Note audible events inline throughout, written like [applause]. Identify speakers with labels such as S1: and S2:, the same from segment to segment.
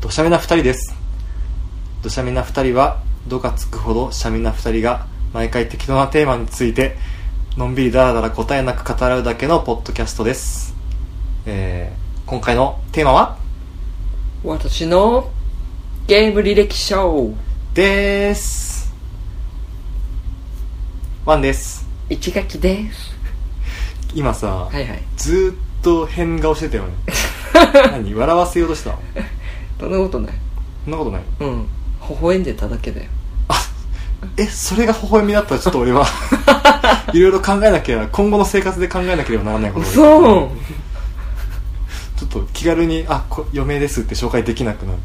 S1: どしゃめな2人ですどしゃめな2人は度がつくほどしゃみな2人が毎回適当なテーマについてのんびりだらだら答えなく語らうだけのポッドキャストです、えー今回のテーマは
S2: 私のゲーム履歴書
S1: ですワンです
S2: 一書きです
S1: 今さ、
S2: はいはい
S1: ずーっと変顔してたよ
S2: [laughs]
S1: ね何笑わせようとしたの
S2: そんなことない
S1: そんなことない
S2: うん微笑んでただけだよ
S1: えそれが微笑みだったらちょっと俺はいろいろ考えなきゃ今後の生活で考えなければならないことが
S2: 嘘
S1: ちょっと気軽に「あこ余命です」って紹介できなくなる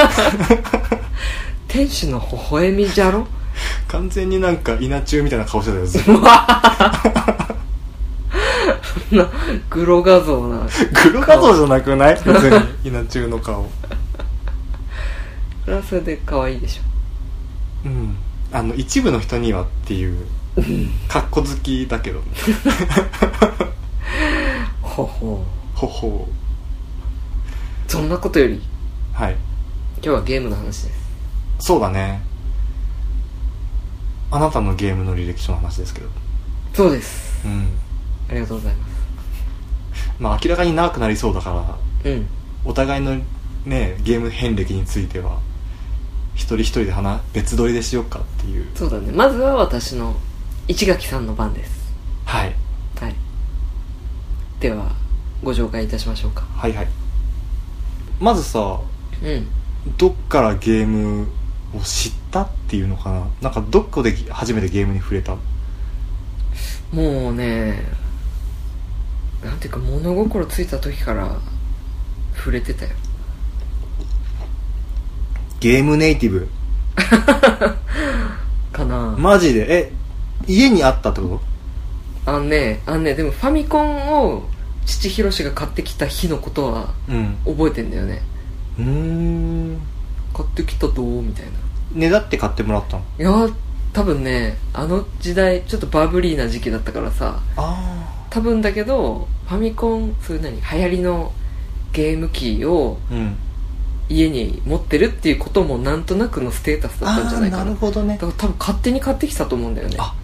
S2: [laughs]
S1: [laughs]
S2: 天使の微笑みじゃろ [laughs]
S1: 完全になんか稲中みたいな顔してたよずっと
S2: なグロ画像な
S1: グロ画像じゃなくない別に稲中の顔
S2: プラスで可愛いでし
S1: う
S2: ょ
S1: んあの一部の人にはっていうかっこ好きだけどね
S2: ほほ
S1: ほほ
S2: うそんなことより
S1: うはい
S2: 今日はゲームの話です
S1: そうだねあなたのゲームの履歴書の話ですけど
S2: そうです
S1: うん
S2: ありがとうございます
S1: まあ明らかに長くなりそうだから
S2: うん
S1: お互いのねゲーム遍歴については一人一人で話別撮りでしようかっていう
S2: そうだねまずは私の一垣さんの番です
S1: はい
S2: はいではご紹介いたしましょうか
S1: はいはいまずさ
S2: うん
S1: どっからゲームを知ったっていうのかななんかどこで初めてゲームに触れた
S2: もうねなんていうか物心ついた時から触れてたよ
S1: ゲームネイティブ
S2: かな、
S1: マジでえ家にあったってこ
S2: あのねあのねでもファミコンを父ひろしが買ってきた日のことは
S1: とうん
S2: 覚えてんだよね
S1: うーん
S2: 買ってきたどうみたいな
S1: ねだって買ってもらったの
S2: いやー多分ねあの時代ちょっとバブリーな時期だったからさ
S1: あ
S2: 多分だけどファミコンそういう何流行りのゲーム機を
S1: あうん
S2: 家に持ってるっていうこともなんとなくのステータスだったんじゃないかな
S1: ほどね
S2: だから多分勝手に買ってきたと思うんだよね
S1: あ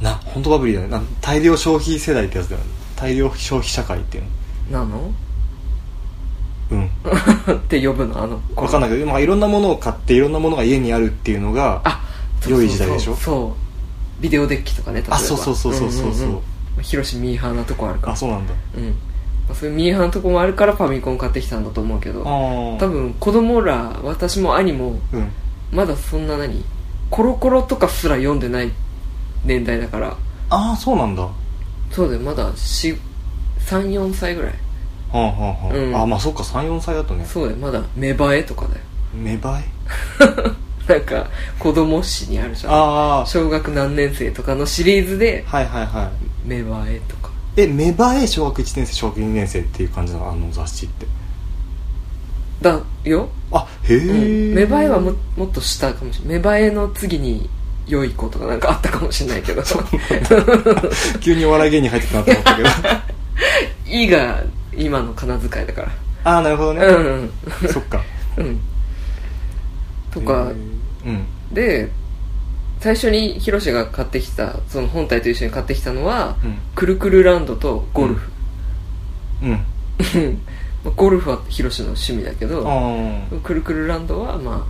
S1: な本当バブリーだねな大量消費世代ってやつだよね大量消費社会っていうの
S2: なの [laughs]
S1: うん
S2: って呼ぶのあの
S1: 分かんないけど、まあ、いろんなものを買っていろんなものが家にあるっていうのが
S2: あそう
S1: 良い時代でしょ
S2: そうそうビデオデッキとかね例えば
S1: あそうそうそうそうそうそうん
S2: んんヒロシミーハーなとこあるから
S1: あそうなんだ
S2: うん、まあ、そういうミーハーなとこもあるからファミコン買ってきたんだと思うけど
S1: ああ
S2: 多分子供ら私も兄も
S1: うん
S2: まだそんな何コロコロとかすら読んでない年代だから
S1: ああそうなんだは
S2: そうだよまだ34歳ぐらい
S1: あはあはあ、
S2: うん
S1: あまあそっか34歳だとね
S2: そうだよまだ芽生えとかだよ
S1: 芽生え
S2: なんか子供誌にあるじゃん
S1: ああ
S2: 小学何年生とかのシリーズで
S1: はいはいは
S2: 芽生えとか
S1: いえ芽生え小学1年生小学2年生っていう感じなのあの雑誌って
S2: だよ、
S1: あへえ、
S2: うん、芽生えはももっと下かもしれない芽生えの次に良い子とかなんかあったかもしれないけど
S1: 急にお笑い芸人入ってたなと思った
S2: [laughs]
S1: けど
S2: 「 [laughs] い」が今の仮名遣いだか
S1: ああなるほど
S2: らう
S1: ね、
S2: ん
S1: そっか
S2: うんうんとか
S1: へーうん
S2: で最初にヒロシが買ってきたその本体と一緒に買ってきたのは、
S1: うん
S2: くるくるランドとゴルフ、
S1: うん
S2: [laughs] まあゴルフはヒロシの趣味だけど
S1: あ
S2: くるくるランドはま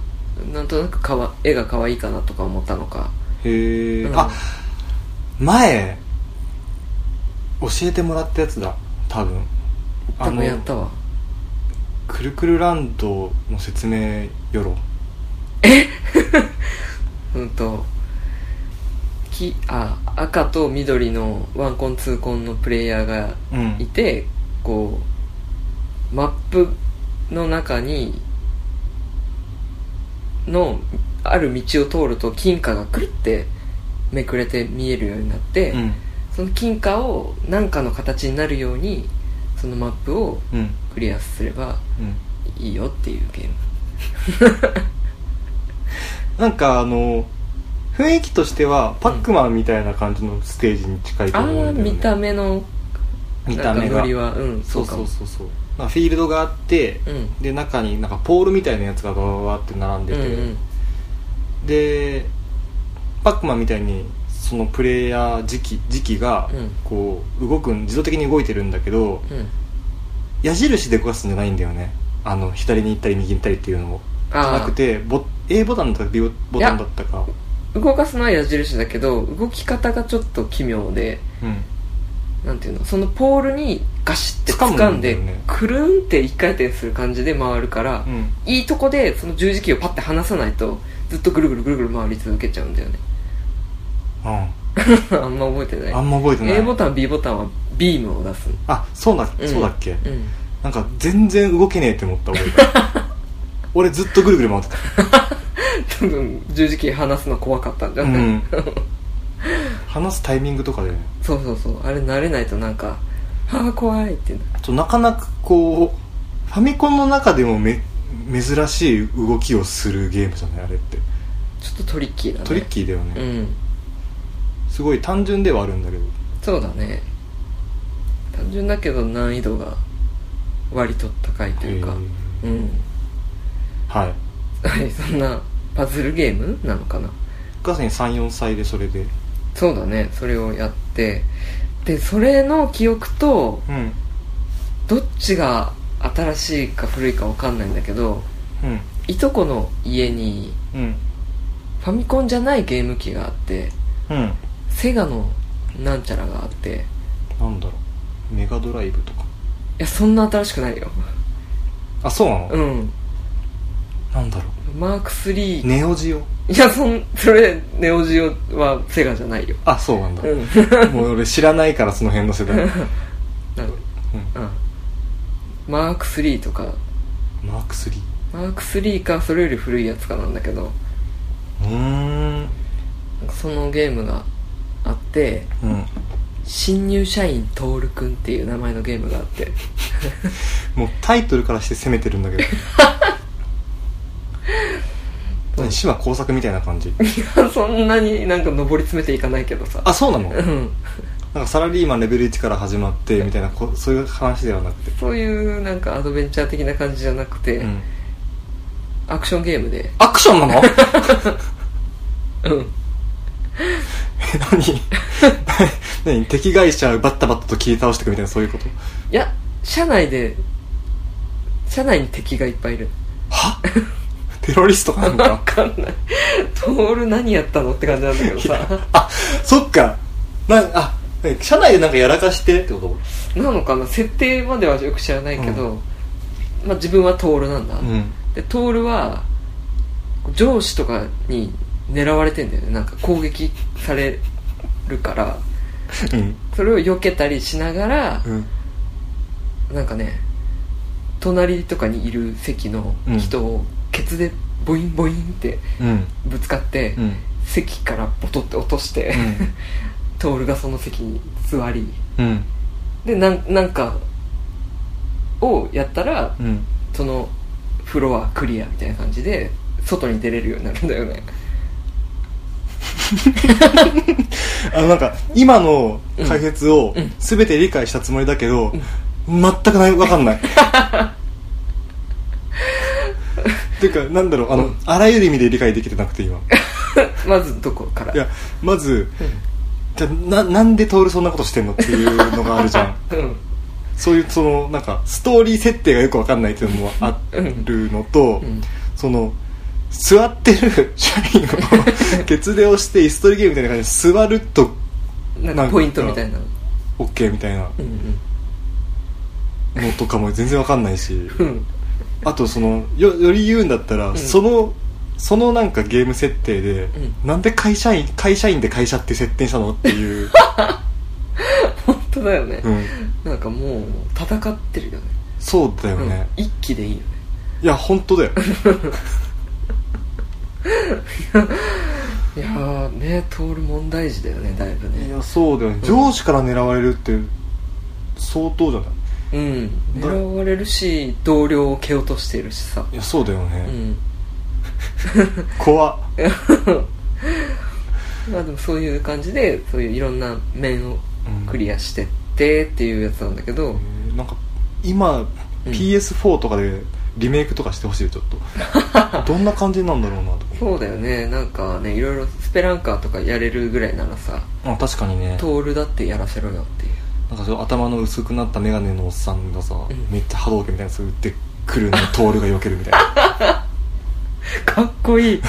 S2: あなんとなくかわ絵が可愛いかなとか思ったのか
S1: あへえ、
S2: うん
S1: あ前教えてもらったやつだ多分
S2: 多分やったわ
S1: くるくるランドの説明よろ
S2: うんときあ赤と緑のワンコンツーコンのプレイヤーが
S1: うん
S2: いてこうマップの中にのある道を通ると金貨がくるってめくれて見えるようになって、
S1: うん
S2: その金貨を何かの形になるようにそのマップを
S1: うん
S2: クリアすれば
S1: うん
S2: いいよっていうゲーム
S1: なんかあの雰囲気としてはパックマンみたいな感じのステージに近いと
S2: あ
S1: 思う
S2: あ
S1: んだよね、
S2: 見た目の
S1: 見た目
S2: なんか
S1: が
S2: ノリはうん
S1: そ
S2: そううか
S1: そ
S2: も
S1: うそうそうなんかフィールドがあって、
S2: うん
S1: で中になんかポールみたいなやつがババババって並んでて、
S2: うんうん
S1: でパックマンみたいにそのプレイヤー時期時期が
S2: うん
S1: こう動くん自動的に動いてるんだけど
S2: うん
S1: 矢印で動かすんじゃないんだよねあの左に行ったり右に行ったりっていうのをじ
S2: あー
S1: ゃなくてボ A ボタンだったか B ボタンだったか
S2: 動かすのは矢印だけど動き方がちょっと奇妙で
S1: うん
S2: なんていうのそのポールにガシッて
S1: 掴むんだよ
S2: 掴
S1: ね
S2: んでくるんって一回転する感じで回るから、
S1: うん
S2: いいとこでその十字キーをパッて離さないとずっとぐるぐるぐるぐる回り続けちゃうんだよね [laughs]
S1: う
S2: あんま覚えてない
S1: んあんま覚えてない
S2: A ボタン B ボタンはビームを出すの、
S1: あそうだ、
S2: ん
S1: そうだっけ
S2: うん
S1: なんか全然動けねえって思った
S2: [laughs]
S1: 覚えが俺ずっとぐるぐる回ってた
S2: 多分 [laughs] 十字キー離すの怖かったんじゃない、
S1: うん話すタイミングとかで
S2: そうそうそうあれ慣れないとなんか「ああ怖い」ってな
S1: ちょなかなかこうファミコンの中でもめ珍しい動きをするゲームじゃないあれって
S2: ちょっとトリッキーだね
S1: トリッキーだよね、
S2: うん
S1: すごい単純ではあるんだけど
S2: そうだね単純だけど難易度が割と高いというか
S1: へ
S2: うん
S1: はい
S2: はいそんなパズルゲームなのかな
S1: がさに34歳でそれで
S2: そうだねそれをやってでそれの記憶と
S1: うん
S2: どっちが新しいか古いか分かんないんだけど
S1: うん
S2: いとこの家に
S1: うん
S2: ファミコンじゃないゲーム機があって
S1: うん
S2: セガのなんちゃらがあってい
S1: なんだろうメガドライブとか
S2: やそんな新しくないよ
S1: あそうなの、
S2: うん
S1: なんだろ
S2: マーク3、
S1: うネオジオ
S2: いやそんそれネオジオはセガじゃ [laughs] ないよ
S1: あそうなんだ、
S2: うん
S1: もう俺知らないからその辺の世 [laughs] 代、うん、
S2: なるうんマーク3とか
S1: マーク3
S2: マーク3かそれより古いやつかなんだけど
S1: うーん
S2: なんかそのゲームがあって
S1: うん
S2: 新入社員トールくんっていう名前のゲームがあって [laughs]
S1: もうタイトルからして攻めてるんだけ [laughs] ど何島工作みたいな感じ [laughs]
S2: いやそんなになんか上り詰めていかないけどさ
S1: あそうなの
S2: う
S1: なんか
S2: ん
S1: サラリーマンレベル1から始まってみたいなこそういう話ではなくて
S2: そういうなんかアドベンチャー的な感じじゃなくて、
S1: うん
S2: アクションゲームで
S1: アクションなの [laughs] え [laughs]
S2: うん
S1: 何何 [laughs] 敵会社バッタバッタと切り倒していくみたいなそういうこと [laughs]
S2: いや社内で社内に敵がいっぱいいる
S1: はテロリストかなん
S2: わ
S1: か
S2: かんないトール何やったのって感じなんだけ
S1: [laughs]
S2: ど
S1: いや
S2: さ
S1: [laughs] あそっかなんあ何社内でなんかやらかしてってこ
S2: なのかな設定まではよく知らないけど、まあ、自分はトールなんだ、
S1: とうん
S2: でトールは上司とかに狙われてんだよねなんか攻撃されるから
S1: うん
S2: それを避けたりしながら、
S1: うん
S2: なんかね隣とかにいる席の人をケツでボインボインって
S1: うん
S2: ぶつかって、
S1: うん
S2: 席からボトって落として、 [laughs]
S1: うん
S2: トールがその席に座り
S1: うん
S2: でなんなんかをやったら
S1: うん
S2: そのフロアクリアみたいな感じで外に出れるようになるんだよね [laughs]
S1: あのなんか今の解説を
S2: うん
S1: 全て理解したつもりだけど、全くない分か
S2: [laughs]
S1: んないていうかなんだろうあの、
S2: うん
S1: あらゆる意味で理解できてなくて今い
S2: まずどこから
S1: やまず
S2: う
S1: じゃななんで徹そんなことしてんのっていうのがあるじゃん
S2: んうん
S1: そういうそのなんかストーリー設定がよく分かんないっていうのもあるのと、
S2: うん
S1: その座ってる社員をケツで押して椅子取りゲームみたいな感じで座ると
S2: なん
S1: なん
S2: か
S1: か
S2: ポイントみたいなの
S1: OK みたいな
S2: うん
S1: のとかも全然わかんないし
S2: うんうん
S1: あとそのよより言うんだったら、
S2: ん
S1: そのそのなんかゲーム設定で、
S2: う
S1: なんで会社員会社員で会社って設定したのって
S2: [laughs]
S1: いう、
S2: 本当だよね、
S1: うん、
S2: なんかもう戦ってるよね
S1: そうだよね、
S2: うん、一気でいいよね
S1: いや本当だよ
S2: いやーね通る問題児だよねだいぶ
S1: い
S2: ね
S1: やそうだよね上司から狙われるって相当じゃない
S2: うん
S1: だ
S2: 狙われるし同僚を蹴落としているしさ
S1: いやそうだよ
S2: う
S1: ね、
S2: ん
S1: 怖っ
S2: まあでもそういう感じでそういういろんな面をクリアしてっってっていうやつなんだけど、
S1: えーなんか今、
S2: うん
S1: PS4 とかでリメイクとかしてほしいちょっ [laughs] とどんな感じなんだろうなとか
S2: そうだよねなんかねいろいろスペランカーとかやれるぐらいならさ
S1: あ確かにね
S2: トールだってやらせろよっていう
S1: なんかその頭の薄くなった眼鏡のおっさんがさ、
S2: うん
S1: めっちゃ波動拳みたいなやつ打ってく [laughs] るのをトールが避けるみたいな
S2: かっこいい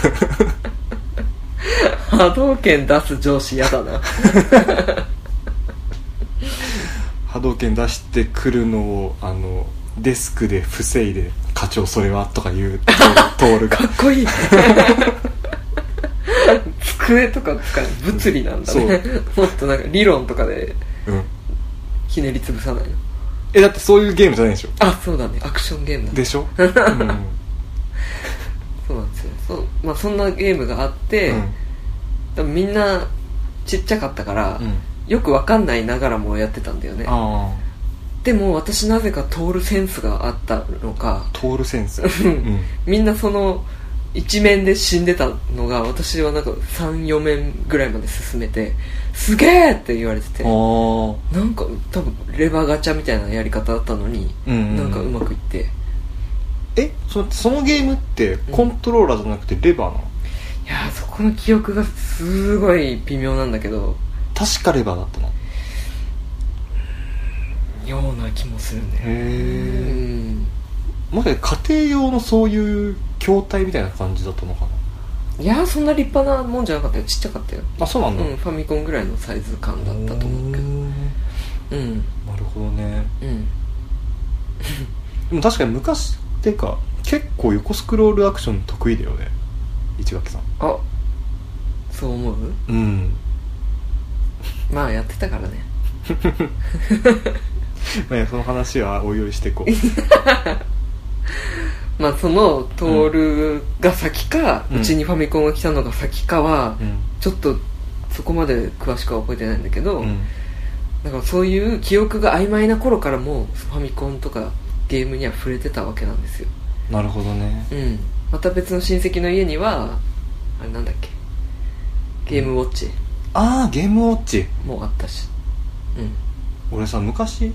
S2: 波動拳出す上司やだな
S1: 波動拳出してくるのをあのデスクで防いで「課長それは?」とか言う [laughs] トールトールが
S2: かっこ [laughs] いい机とか使う物理なんだねもっとなんか理論とかで
S1: うん
S2: ひねり潰さないの
S1: えだってそういうゲームじゃないでしょ
S2: あそうだねアクションゲームだ
S1: でしょ、うんうん
S2: そうなんですよそう、まあ、そんなゲームがあって、でもみんなちっちゃかったから、
S1: うん
S2: よくわかんないながらもやってたんだよね
S1: ああ
S2: でも私なぜか通るセンスがあったのか
S1: トールセンス、
S2: うん
S1: うん
S2: [laughs] みんなその一面で死んでたのが私はなんか34面ぐらいまで進めてすげえって言われてて
S1: あ
S2: なんか多分レバーガチャみたいなやり方だったのに、
S1: うんうんうん
S2: なんかうまくいって
S1: あえそそのゲームってコントローラーじゃなくてレバーなの、
S2: いやーそこの記憶がすごい微妙なんだけど
S1: 確かレバーだったのへ
S2: ような気もするねう
S1: え
S2: ん
S1: もしかして家庭用のそういう筐体みたいな感じだったのかない
S2: やーそんな立派なもんじゃなかったよちっちゃかったよ
S1: あそうな
S2: うん
S1: だ、
S2: んファミコンぐらいのサイズ感だったと思うけどうん
S1: なるほどね
S2: うん
S1: でも確かに昔っていうか結構横スクロールアクション得意だよね市垣さん
S2: あそう思う
S1: うん
S2: まあやってたからね
S1: まあいやその話はおいおいしていこう
S2: [laughs] まあそのトールが先か
S1: うん
S2: うち、にファミコンが来たのが先かは、
S1: う
S2: ちょっとそこまで詳しくは覚えてないんだけど、
S1: ん、うん、
S2: だからそういう記憶が曖昧な頃からもうファミコンとかゲームには触れてたわけなんですよ
S1: なるほどね
S2: うんまた別の親戚の家にはあれなんだっけゲームウォッチ
S1: ああゲームウォッチ
S2: もあったしうん
S1: 俺さ昔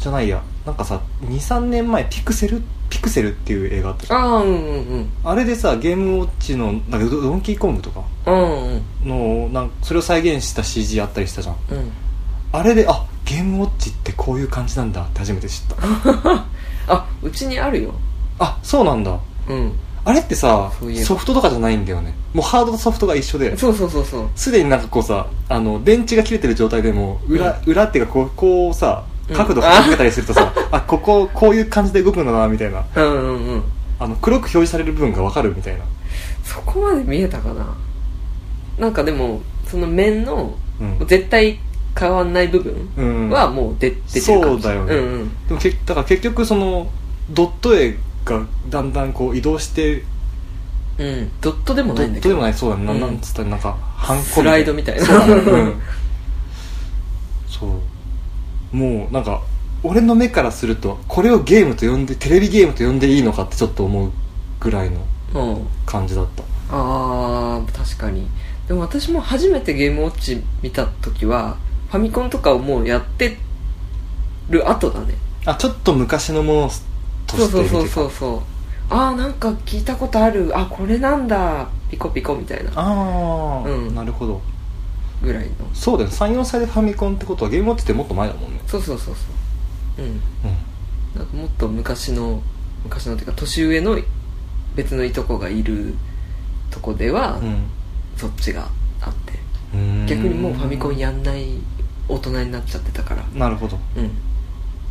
S1: じゃないやなんかさ23年前ピクセルピクセルっていう映画あったじゃん
S2: ああうんうんうん
S1: あれでさゲームウォッチのなんかドドンキーコングとか
S2: うんうん
S1: のなんかそれを再現した CG あったりしたじゃん
S2: うん
S1: あれであゲームウォッチってこういう感じなんだって初めて知った
S2: あうちにあるよ
S1: あそうなんだ
S2: うん
S1: あれってさ
S2: そういえば
S1: ソフトとかじゃないんだよねもうハードとソフトが一緒で
S2: そうそうそうそう
S1: すでになんかこうさあの電池が切れてる状態でも裏,、裏っていうかこうこうさ
S2: うん
S1: 角度傾けたりすると
S2: [laughs]
S1: さ、あこここういう感じで動くんだなみたいな
S2: うんうんうん
S1: あの黒く表示される部分がわかるみたいな
S2: そこまで見えたかななんかでもその面の
S1: うん
S2: 絶対変わんない部分
S1: うん
S2: はもう出,、出てるかもしれな
S1: そ
S2: い
S1: うだよね
S2: んうん
S1: でもけだから結局そのドット絵がだんだんこう移動して
S2: うん、ドットでも
S1: ド
S2: ないん
S1: ッ
S2: だ
S1: トで
S2: けど
S1: もないそうだね、なん、
S2: うん
S1: なんつったらなんかハンコ
S2: スライドみたいな
S1: そうだね、うん、そうもうなんか俺の目からするとこれをゲームと呼んでテレビゲームと呼んでいいのかってちょっと思うぐらいの
S2: [laughs] うん
S1: 感じだった
S2: あー確かにでも私も初めてゲームウォッチ見た時はファミコンとかをもうやってる後だね
S1: あちょっと昔のものと
S2: そ
S1: し
S2: う
S1: て
S2: そ
S1: 見
S2: う
S1: てた
S2: そうそうそうああなんか聞いたことあるあこれなんだピコピコみたいな
S1: ああ、
S2: うん
S1: なるほど
S2: ぐらいの
S1: そうだよね34歳でファミコンってことはゲームウォッチってもっと前だもんね
S2: そうそうそうそううん
S1: う
S2: なんかもっと昔の昔のっていうか年上の別のいとこがいるとこでは、
S1: ん、
S2: そっちがあって
S1: うん、
S2: 逆にもうファミコンやんない大人になっちゃってたから
S1: なるほど
S2: うん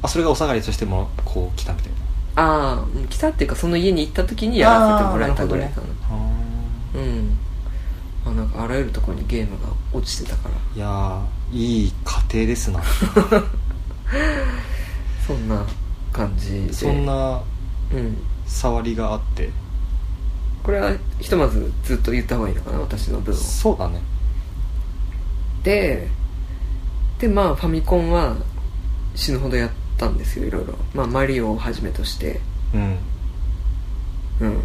S1: あそれがお下がりとしてもこう来たみたいな
S2: ああうん来たっていうかその家に行った時にやらせてもらえたぐらいかな
S1: あー
S2: うんまあなんかあらゆるところにゲームが落ちてたから
S1: いやーいい家庭です [laughs] な
S2: そんな感じで
S1: そんな
S2: うん
S1: 触りがあって
S2: これはひとまずずっと言った方がいいのかな私の分を
S1: そうだね
S2: ででまあファミコンは死ぬほどやったんですよいろいろ、まあ、マリオをはじめとして
S1: うん
S2: うん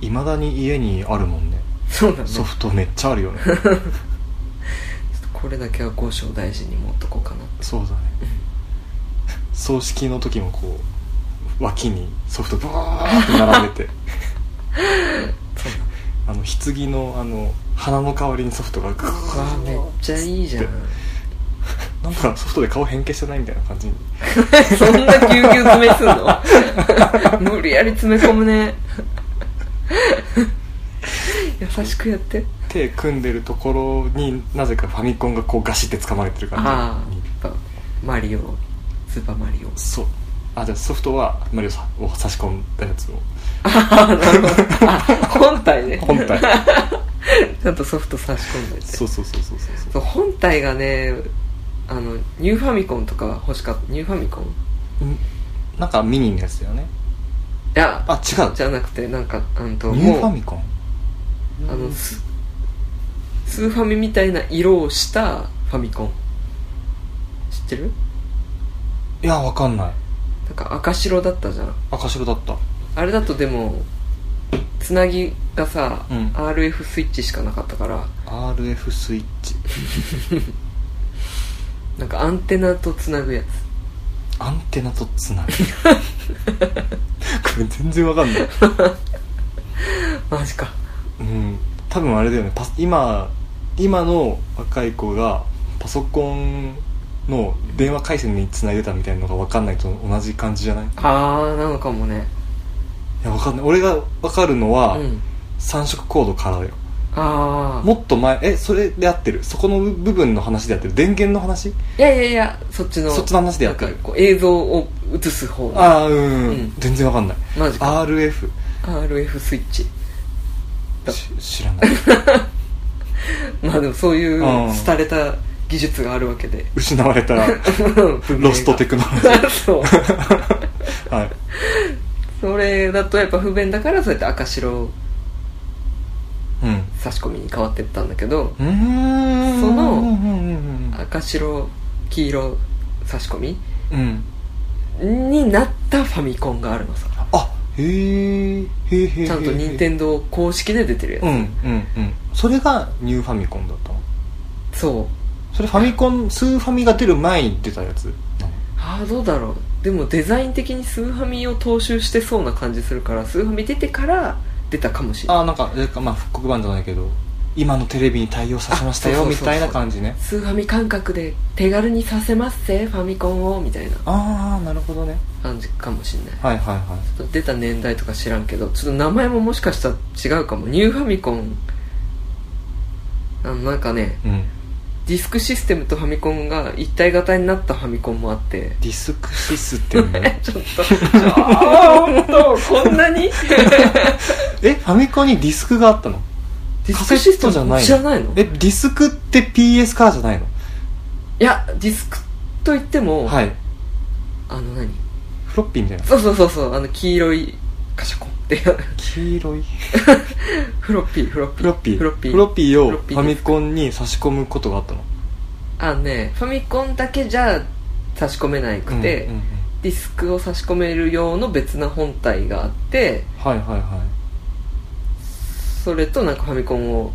S1: いまだに家にあるもんね
S2: そうだね
S1: ソフトめっちゃあるよね
S2: ちょっとこれだけは五章大事に持っとこうかなって
S1: そうだね葬式の時もこう脇にソフトブワーって並べて
S2: そう
S1: あの棺のあの花の代わりにソフトがグワ
S2: うわ
S1: ー
S2: めっちゃいいじゃん
S1: なんかソフトで顔変形してないみたいな感じに
S2: そんなぎゅうぎゅう詰めすん [laughs] の無理やり詰め込むね優しくやって
S1: 手組んでるところになぜかファミコンがこうガシって掴まれてる
S2: あ
S1: 感
S2: あ
S1: じに
S2: やっぱマリオスーパーマリオ
S1: そうあじゃあソフトはマリオさんを差し込んだやつを
S2: ああなるほどあ本体ね
S1: 本体
S2: [laughs] ちゃんとソフト差し込んでて
S1: そうそうそうそうそう
S2: そう本体がねあのニューファミコンとか欲しかったニューファミコンい
S1: んなんかミニのやつだよね
S2: や
S1: あ違う
S2: じゃなくてなんかあのと
S1: ニューファ
S2: も
S1: ミコン
S2: うあのススーファミみたいな色をしたファミコン知ってる
S1: いやわかんない
S2: なんか赤白だったじゃん
S1: 赤白だった
S2: あれだとでもつなぎがさ、
S1: うん
S2: RF スイッチしかなかったから
S1: RF スイッチ
S2: なんかアンテナとつなぐやつ [laughs]
S1: アンテナとつなぐこれ全然わかんない
S2: マジか
S1: うん多分あれだよねパソ今今の若い子がパソコンの電話回線に繋いでたみたいなのが分かんないと同じ感じじゃないい
S2: ああなのかもね
S1: や分かんない俺が分かるのは、
S2: うん
S1: 三色コードからだよ
S2: ああ
S1: もっと前えそれでやってるそこの部分の話でやってる電源の話
S2: いやいやいやそっちの
S1: そっちの話でやってる
S2: なんかこう映像を映す方
S1: ああうん、
S2: うん
S1: 全然分かんない
S2: マジか
S1: RF
S2: RF スイッチ [laughs] だ
S1: し知らない
S2: まあでもそういう
S1: うん
S2: 廃れた技術があるわけで
S1: 失われた [laughs] ロストテクノロジ
S2: ノ [laughs] そう
S1: ー、 [laughs] はい、
S2: それだとやっぱ不便だからそうやって赤白
S1: うん
S2: 差し込みに変わってったんだけど
S1: うーん
S2: その
S1: うんうん
S2: 赤白黄色差し込み
S1: うんうん
S2: になったファミコンがあるのさ
S1: あへえへえへえ
S2: ちゃんと任天堂公式で出てるやつ、
S1: うんうんうんそれがニューファミコンだったの
S2: そう
S1: それファミコンスーファミが出る前に出たやつなの
S2: ああどうだろうでもデザイン的にスーファミを踏襲してそうな感じするからスーファミ出てから出たかもしれない
S1: あなんかなんかまあ復刻版じゃないけど今のテレビに対応させました
S2: あ
S1: よ
S2: そう
S1: み
S2: そうそう
S1: たいな感じね
S2: スーファミ感覚で手軽にさせますぜファミコンをみたいな
S1: ああなるほどね
S2: 感じかもしれない
S1: はいはいは
S2: ちょっと出た年代とか知らんけどちょっと名前ももしかしたら違うかもニューファミコンあのなんかね
S1: いうん
S2: ディスクシステムとファミコンが一体型になったファミコンもあって
S1: ディスクシステム
S2: [laughs] ちょっとああ本当こんなに
S1: えファミコンにディスクがあったの
S2: [laughs] ディスクシステム
S1: じゃないの
S2: 知らないの
S1: えディスクって PS カーじゃないの
S2: いやディスクといっても、
S1: はい
S2: あの何
S1: フロッピーみたいな
S2: そうそうそうそうあの黄色いカシャコンって [laughs] いう
S1: 黄色い
S2: フロッピーフロッピー
S1: フロッピー
S2: フロッピー
S1: を
S2: フ
S1: フ
S2: ロッピー
S1: ァミコンに差し込むことがあったの
S2: あのねファミコンだけじゃ差し込めなくて、
S1: うんうんうん
S2: ディスクを差し込める用の別な本体があって
S1: はいはいは
S2: それとなんかファミコンを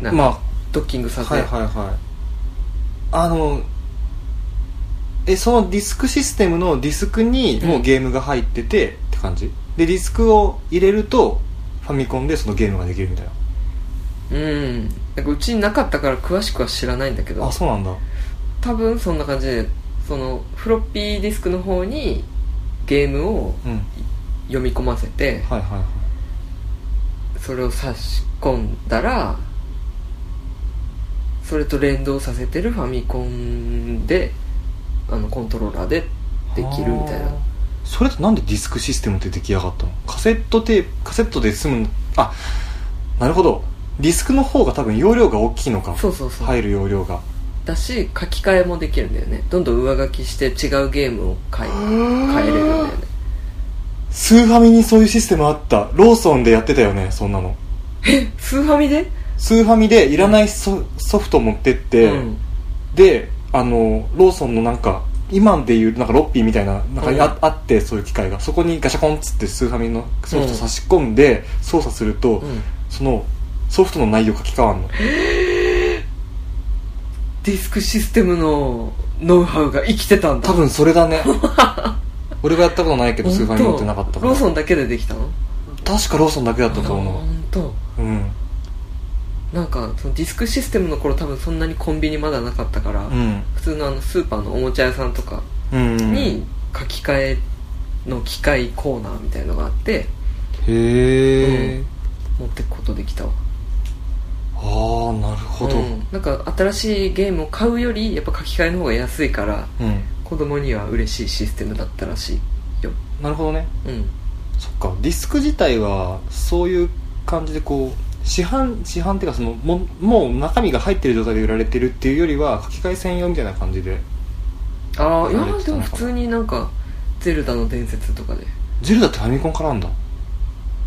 S2: ないん
S1: ま
S2: か
S1: あ
S2: ドッキングさせ
S1: はいはいはいあのえそのディスクシステムのディスクにもうゲームが入ってて、って感じでディスクを入れるとファミコンでそのゲームができるみたいな
S2: うんなんかうちになかったから詳しくは知らないんだけど
S1: あそうなんだ
S2: 多分そんな感じでそのフロッピーディスクの方にゲームを
S1: うん
S2: 読み込ませて
S1: はいはいはい
S2: それを差し込んだらそれと連動させてるファミコンであのコントローラーでできるみたい
S1: あ
S2: な
S1: ーそれとなんでディスクシステムって出来上がったのカセットテープカセットで済むあなるほどディスクの方が多分容量が大きいのか
S2: そうそうそう、
S1: 入る容量が
S2: だし書き換えもできるんだよねどんどん上書きして違うゲームを変え変えれるんだよね
S1: スーファミにそういうシステムあったローソンでやってたよねそんなの
S2: スーファミで、
S1: スーファミでいらないソ,、ソフト持ってって、
S2: うん
S1: であのローソンのなんか今でいうなんかロッピーみたいななんか
S2: うん
S1: あ,、あってそういう機械がそこにガシャコンっつってスーファミのソフト差し込んで操作すると、
S2: うん、
S1: そのソフトの内容書き換わんの
S2: ディスクシステムのノウハウが生きてたんだ
S1: 多分それだ
S2: [laughs]
S1: ね俺がやったことないけどスーファミ持ってなかったか
S2: 本当
S1: ら
S2: ローソンだけでできたの
S1: 確かローソンだけだったと思
S2: 本当
S1: ううん
S2: なんかそのディスクシステムの頃多分そんなにコンビニまだなかったから、
S1: うん
S2: 普通のあのスーパーのおもちゃ屋さんとか
S1: うんうん
S2: に書き換えの機械コーナーみたいのがあって
S1: へえ、
S2: うん持ってくことできたわ
S1: ああなるほどう、
S2: うんんなんか新しいゲームを買うよりやっぱ書き換えの方が安いから子供には嬉しいシステムだったらしいよ
S1: なるほどね
S2: うん
S1: そっかディスク自体はそういう感じでこう市販市販っていうかそのももう中身が入ってる状態で売られてるっていうよりは書き換え専用みたいな感じで
S2: ああいや
S1: 慣れてたのか
S2: で
S1: な
S2: も普通になんか「ゼルダの伝説」とかで
S1: ジルダってファミコンからなんだ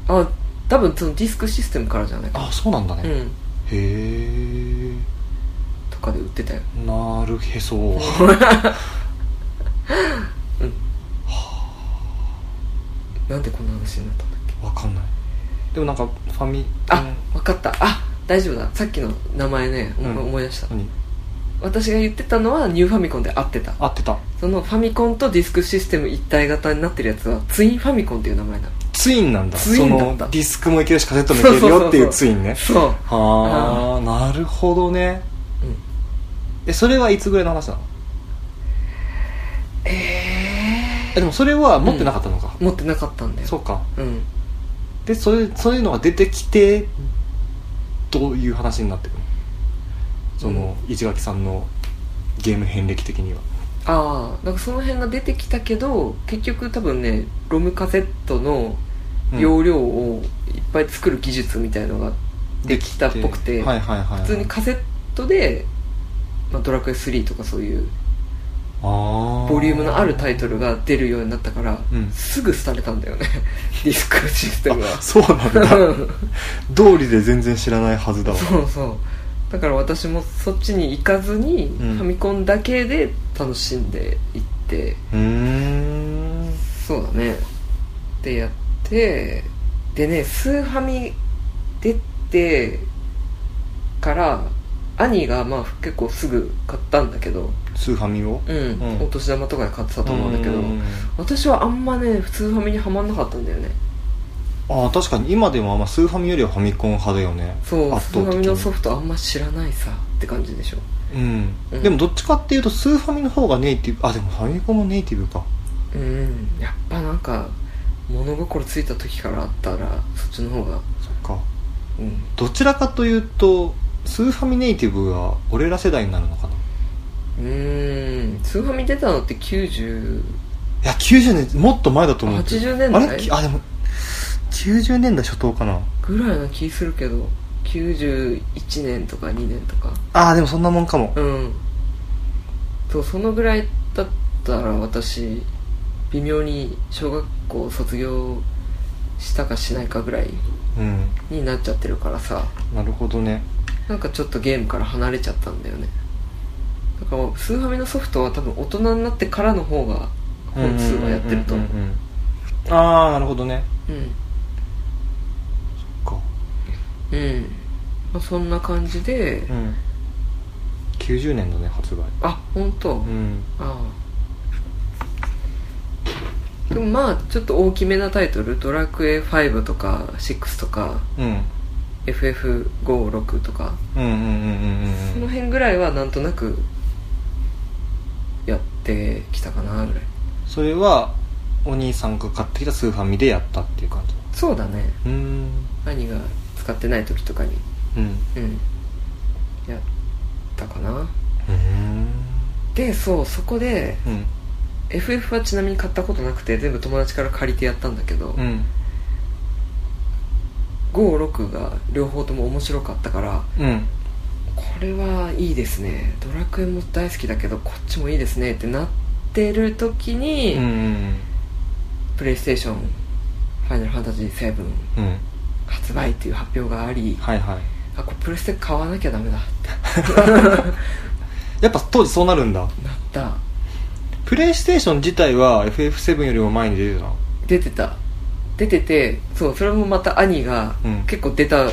S2: あ多分そのディスクシステムからじゃないか
S1: あそうなんだね、
S2: う
S1: へ
S2: ん
S1: え
S2: とかで売ってたよ
S1: なるへそ、
S2: [laughs]
S1: は
S2: なんでこんな話になったんだっけ
S1: あわかんないでもなんかファミ
S2: あ、分かったあ大丈夫ださっきの名前ね
S1: うん
S2: 思い出した、
S1: 何
S2: 私が言ってたのはニューファミコンで合ってた
S1: 合ってた
S2: そのファミコンとディスクシステム一体型になってるやつはツインファミコンっていう名前なの
S1: ツインなんだ
S2: ツインなんだ
S1: そのディスクもいけるしカセットもいけるよっていうツインね
S2: そう
S1: はあなるほどね
S2: うん
S1: えそれはいつぐらいの話なの
S2: え
S1: えでもそれは持ってなかったのか、
S2: ー、持ってなかったんだよ
S1: そうか
S2: うん
S1: でそれそういうのが出てきてどういう話になってくるのその、市垣さんのゲーム遍歴的には
S2: ああなんかその辺が出てきたけど結局多分ねロムカセットの容量をいっぱい作る技術みたいのができたっぽくて
S1: はいはいはい、
S2: 普通にカセットで、まあ、ドラクエ3とかそういうボ
S1: ボ
S2: リュームのあるタイトルが出るようになったから、
S1: うん
S2: すぐ廃れたんだよね [laughs] ディスクシステムが
S1: そうなんだ
S2: [laughs] う
S1: 道理で全然知らないはずだ
S2: ん
S1: わ
S2: そうそうだから私もそっちに行かずに、
S1: うん
S2: ファミコンだけで楽しんでいって
S1: うーん
S2: そうだねでやってでねスーファミ出てから兄がまあ結構すぐ買ったんだけど、
S1: スーファミを
S2: うん
S1: うん
S2: お年玉とかで買ってたと思うんだけど、
S1: うん
S2: 私はあんまね普通ファミにはまんなかったんだよね
S1: ああ確かに今でもあんまスーファミよりはファミコン派だよね
S2: そう
S1: 圧
S2: スー
S1: 倒
S2: ファ
S1: 的
S2: ミ
S1: に
S2: のソフトあんま知らないさって感じでしょ
S1: うん、
S2: うん
S1: でもどっちかっていうとスーファミの方がネイティブあでもファミコンもネイティブか
S2: うんやっぱなんか物心ついた時からあったらそっちの方が
S1: そっか
S2: うん
S1: どちらかというとスーファミネイティブが俺ら世代になるのかないう
S2: ーんスーファミ出たのって90
S1: や90年もっと前だと思うけど
S2: 80年代
S1: あれきあでも90年代初頭かな
S2: ぐらいな気するけど91年とか2年とか
S1: ああでもそんなもんかも
S2: うんそうそのぐらいだったら私微妙に小学校卒業したかしないかぐらい
S1: うん
S2: になっちゃってるからさ
S1: なるほどね
S2: なんかちょっとゲームから離れちゃったんだよねだからスーファミのソフトは多分大人になってからの方が本数はやってると思
S1: う
S2: う
S1: んうんうんうんああなるほどね
S2: うん
S1: そっか
S2: うん、まあ、そんな感じで、
S1: うん90年だね発売
S2: あ本当、
S1: うん
S2: ああでもまあちょっと大きめなタイトル「ドラクエ5」とか「6」とか
S1: うん
S2: 「FF56」とか
S1: うんうんうん
S2: そ
S1: うんう
S2: の
S1: ん
S2: 辺ぐらいはなんとなくやってきたかなぐらい
S1: それはお兄さんが買ってきたスーファミでやったっていう感じ
S2: そうだね
S1: うーん
S2: 兄が使ってない時とかに
S1: うん
S2: うんやったかな
S1: うーん
S2: でそうそこで
S1: うん
S2: FF はちなみに買ったことなくて全部友達から借りてやったんだけど、
S1: うん
S2: 56が両方とも面白かったから
S1: うん
S2: これはいいですねドラクエも大好きだけどこっちもいいですねってなってる時に、
S1: うんうん
S2: プレイステーション「ファイナルファンタジー7
S1: うんうん」
S2: 発売っていう発表があり
S1: はいはい
S2: あこれプレステ買わなきゃダメだ
S1: [laughs]
S2: って
S1: やっぱ当時そうなるんだ
S2: なった
S1: プレイステーション自体は FF7 よりも前に出てたの
S2: 出てた出ててそうそれもまた兄が
S1: うん
S2: 結構出た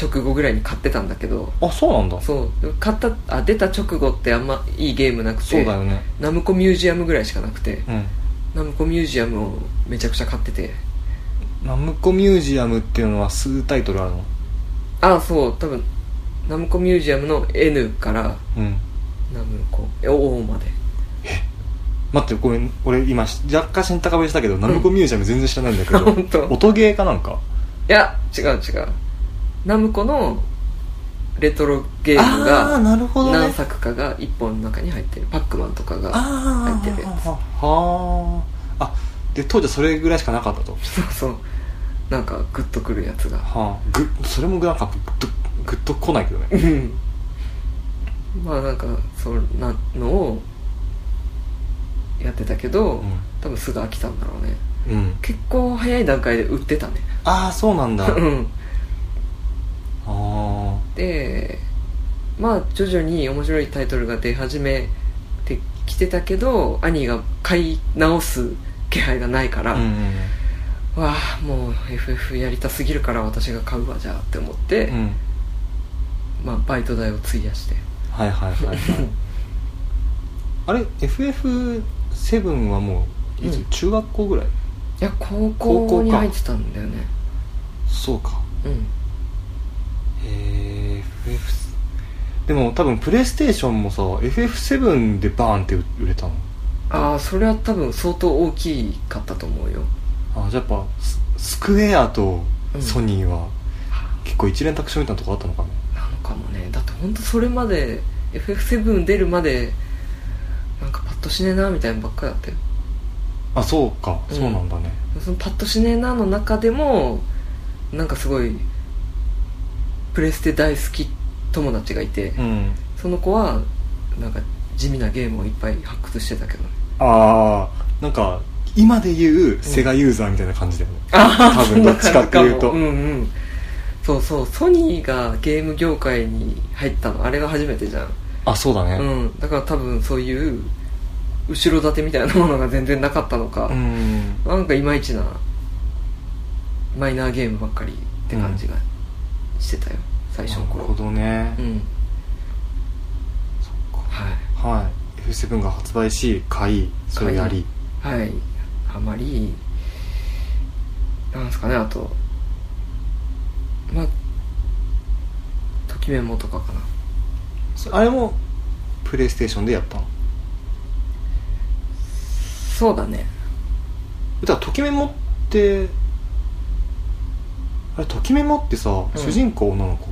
S2: 直後ぐらいに買ってたんだけど
S1: あそうなんだそ
S2: そうでも買ったあ出た直後ってあんまいいゲームなく
S1: う
S2: て
S1: だよね
S2: ナムコミュージアムぐらいしかなくて
S1: うん
S2: ナムコミュージアムをめちゃくちゃ買ってて
S1: ナムコミュージアムっていうのは数タイトルあるの
S2: あそう多分ナムコミュージアムの N から
S1: うん
S2: ナムコ O まで
S1: 待ってごめん俺今若干知ったかぶりしたけど、ナムコミュージアム全然知らないんだけど
S2: [laughs] 本当
S1: 音ゲーかなんか
S2: いや違う違うナムコのレトロゲーム
S1: ああ
S2: が
S1: なるほど
S2: 何
S1: ね
S2: 作かが1本の中に入ってるパックマンとかが
S1: あ
S2: 入ってるやつ
S1: あはああで当時はそれぐらいしかなかったと
S2: そうそうなんかグッとくるやつが
S1: はあぐそれもなんかグッとグッと来ないけどね
S2: うんまあなんかそんなのをやってたけど、多分すぐ飽きたんだろうね
S1: うん、うん、
S2: 結構早い段階で売ってたね
S1: ああそう
S2: [laughs]
S1: なんだあ
S2: うん
S1: あ
S2: でまあ徐々に面白いタイトルが出始めてきてたけど兄が買い直す気配がないから、
S1: うんうん
S2: わあもう FF やりたすぎるから私が買うわじゃあって思って、
S1: うんうん
S2: まあ、バイト代を費やして
S1: はいはいはいはいあれ FF7 はもういつ、
S2: うん
S1: 中学校ぐらい
S2: いや高
S1: 高校
S2: 校
S1: か
S2: に入ってたんだよね
S1: そうか
S2: うん
S1: へえ FF でも多分プレイステーションもさ FF7 でバーンって売れたの
S2: ああそれは多分相当大きかったと思うよ
S1: あじゃあやっぱススクエアと
S2: うん
S1: ソニーは結構一連卓上みたいなとこあったのかね
S2: なのかもねだって本当それまで FF7 出るまでなんかパッとしねえなみたいなのばっかりだったよ
S1: あそうか、
S2: うん
S1: そうなんだね
S2: そのパッとしねえなの中でもなんかすごいプレステ大好き友達がいて、
S1: うん
S2: その子はなんか地味なゲームをいっぱい発掘してたけどね
S1: ああんか今で言うセガユーザーみたいな感じだよね、
S2: あ
S1: 多分どっちかっていうと
S2: うんうんそうそうソニーがゲーム業界に入ったのあれが初めてじゃん、
S1: あそうだね
S2: うん、だから多分そういう後ろ盾みたいなものが全然なかったのか、
S1: うん
S2: なんかいまいちなマイナーゲームばっかりって感じがしてたよ、最初の
S1: なるほ
S2: 頃
S1: どね、
S2: うんはい
S1: はい、F7 が発売し買いそれやり
S2: はいあまりなんですかねあとまあときメモとかかな
S1: そあれもプレイステーションでやったの
S2: そうだね
S1: だからときめもってあれときめもってさ、
S2: ん
S1: 主人公女の子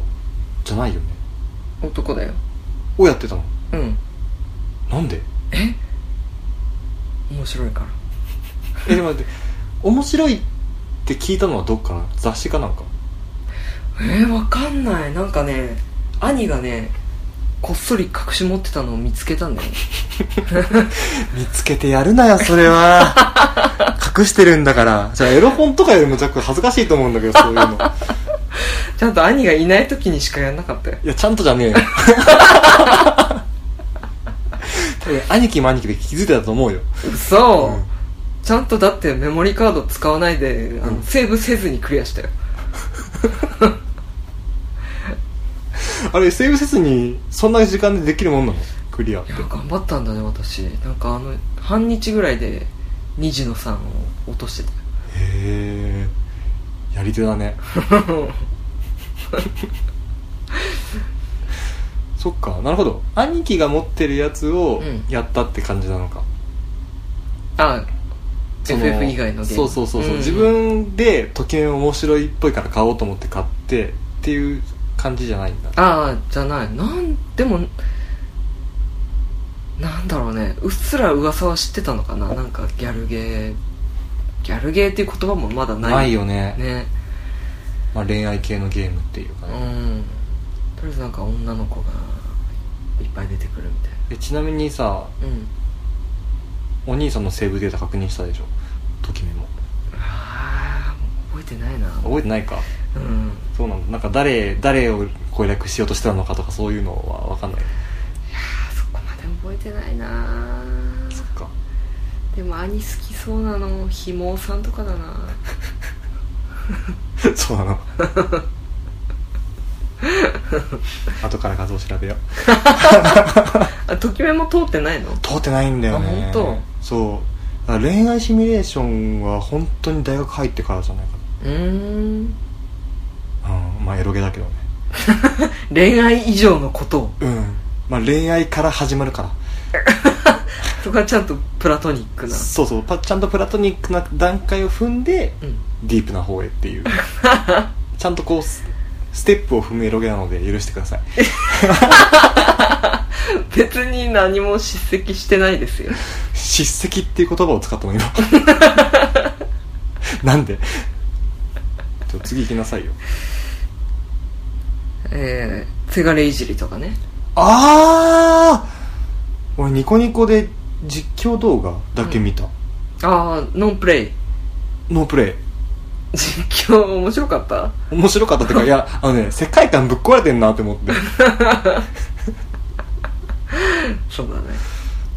S1: じゃないよね
S2: 男だよ
S1: をやってたの
S2: うん
S1: なんで
S2: 面白いから
S1: えでも待って面白いって聞いたのはどっから雑誌かなんか
S2: えー、わかんないなんかね兄がねこっそり隠し持ってたのを見つけた
S1: [laughs]
S2: んだよね
S1: 見つけてやるなよそれ [laughs] は隠してるんだからじゃあエロ本とかよりも若干恥ずかしいと思うんだけどそういう [laughs] の
S2: ちゃんと兄がいない時にしかやんなかったよ
S1: いやちゃんとじゃねえよ多分兄貴も兄貴で気づいてたと思うよ
S2: 嘘、
S1: うん
S2: ちゃんとだってメモリーカード使わないであの、
S1: うん
S2: セーブせずにクリアしたよ
S1: あれ SF せずにそんな時間でできるもんなのクリアっ
S2: い
S1: て
S2: や頑張ったんだね私なんかあの半日ぐらいで2時の3を落として
S1: へえやり手だね [laughs]
S2: たよ
S1: そっかなるほど兄貴が持ってるやつを
S2: うん
S1: やったって感じなのか、
S2: あ
S1: そ
S2: FF 以外のゲーム
S1: そうそうそうそう、
S2: ん
S1: 自分でときめ面白いっぽいから買おうと思って買ってっていう感じじゃないんだ
S2: ああじゃないなんでもなんだろうねうっすら噂は知ってたのかななんかギャルゲーギャルゲーっていう言葉もまだない
S1: ないよね
S2: ね
S1: まあ、恋愛系のゲームっていうか
S2: う
S1: ね、
S2: んとりあえずなんか女の子がいっぱい出てくるみたい
S1: えちなみにさ
S2: なうん
S1: お兄さんのセーブデータ確認したでしょときめも
S2: ああ覚えてないな
S1: 覚えてないか
S2: うん
S1: そうなんだなんか誰誰を攻略しようとしてたのかとかそういうのは分かんない
S2: あそこまで覚えてないな
S1: そっか
S2: でも兄好きそうなのひもさ
S1: [laughs]
S2: んとかだな
S1: そうなの後から画像調べよう
S2: あときめも通ってないの
S1: 通ってないんだよね
S2: あ本
S1: そうだから恋愛シミュレーションは本当に大学入ってからじゃないう
S2: ーん
S1: かな、うん、まあエロゲだけどね
S2: 恋愛以上のことを
S1: うんまあ恋愛から始まるから
S2: そこはちゃんとプラトニックな
S1: そうそうパちゃんとプラトニックな段階を踏んで
S2: うん
S1: ディープな方へって
S2: [laughs]
S1: いうちゃんとこうスステップを踏むエロゲなので許してください
S2: 別に何も叱責してないですよ
S1: 叱責っていう言葉を使ったの今なんでちょ次行きなさいよ
S2: [laughs] えー、せがれいじりとかね
S1: ああ俺ニコニコで実況動画だけ見た、
S2: ああノンプレイ
S1: ノープレイ
S2: 実況面白かった
S1: 面白かったっていうかいやあのね世界観ぶっ壊れてんなって思って、
S2: そうだね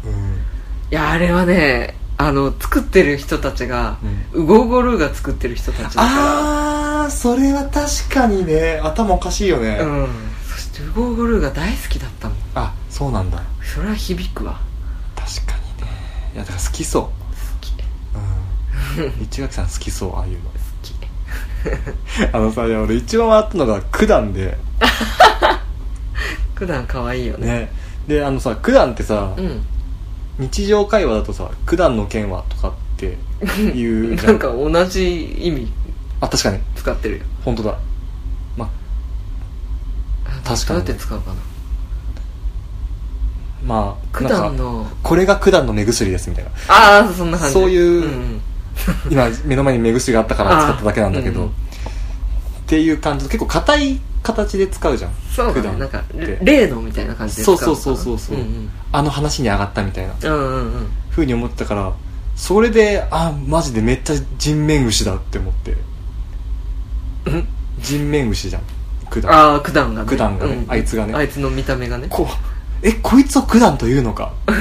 S1: うん
S2: いやあれはねあの作ってる人たちが、ウゴゴルーが作ってる人たちだか
S1: ああそれは確かにね頭おかしいよね、
S2: らうんそしてウゴゴルーが大好きだったもん
S1: あそうなんだ
S2: それは響くわ
S1: 確かにねいやだから好きそう
S2: 好き
S1: う
S2: 好
S1: ん一垣さん好きそうああいうの
S2: き
S1: [laughs] あのさいや俺一番笑ったのが九段で
S2: 普段可愛いよね
S1: ねであのさ九段ってさ、
S2: うん
S1: 日常会話だとさ「九段の件は?」とかって言うじゃ
S2: [laughs] なんんか同じ意味
S1: あ確かに
S2: 使ってるよ
S1: 本当だま確かに
S2: どうやって使うかな
S1: まあ
S2: 九
S1: なん
S2: 段
S1: か
S2: の
S1: これが九段の目薬ですみた
S2: [laughs]
S1: いな
S2: ああそんな感じ
S1: そういうん
S2: ん
S1: 今目の前に目薬があったから使っただけなんだけど、
S2: あーう
S1: っ
S2: ん
S1: ていう感じの結構硬い形で使うじゃん
S2: そうだ
S1: 九
S2: ね
S1: 段
S2: なんか
S1: って
S2: 例のみたいな感じで使
S1: そう
S2: うのか
S1: そうそ
S2: な
S1: うそうそう、
S2: ん
S1: あの話に上がったみたいな
S2: うんうんうんうん
S1: ふうに思ってたからそれであマジでめっちゃ人面牛だって思って
S2: うん
S1: 人面牛じゃん九段
S2: ああ九段がね
S1: 九段がね
S2: うん
S1: あいつがね
S2: あいつの見た目がね
S1: こえこいつを九段というのかって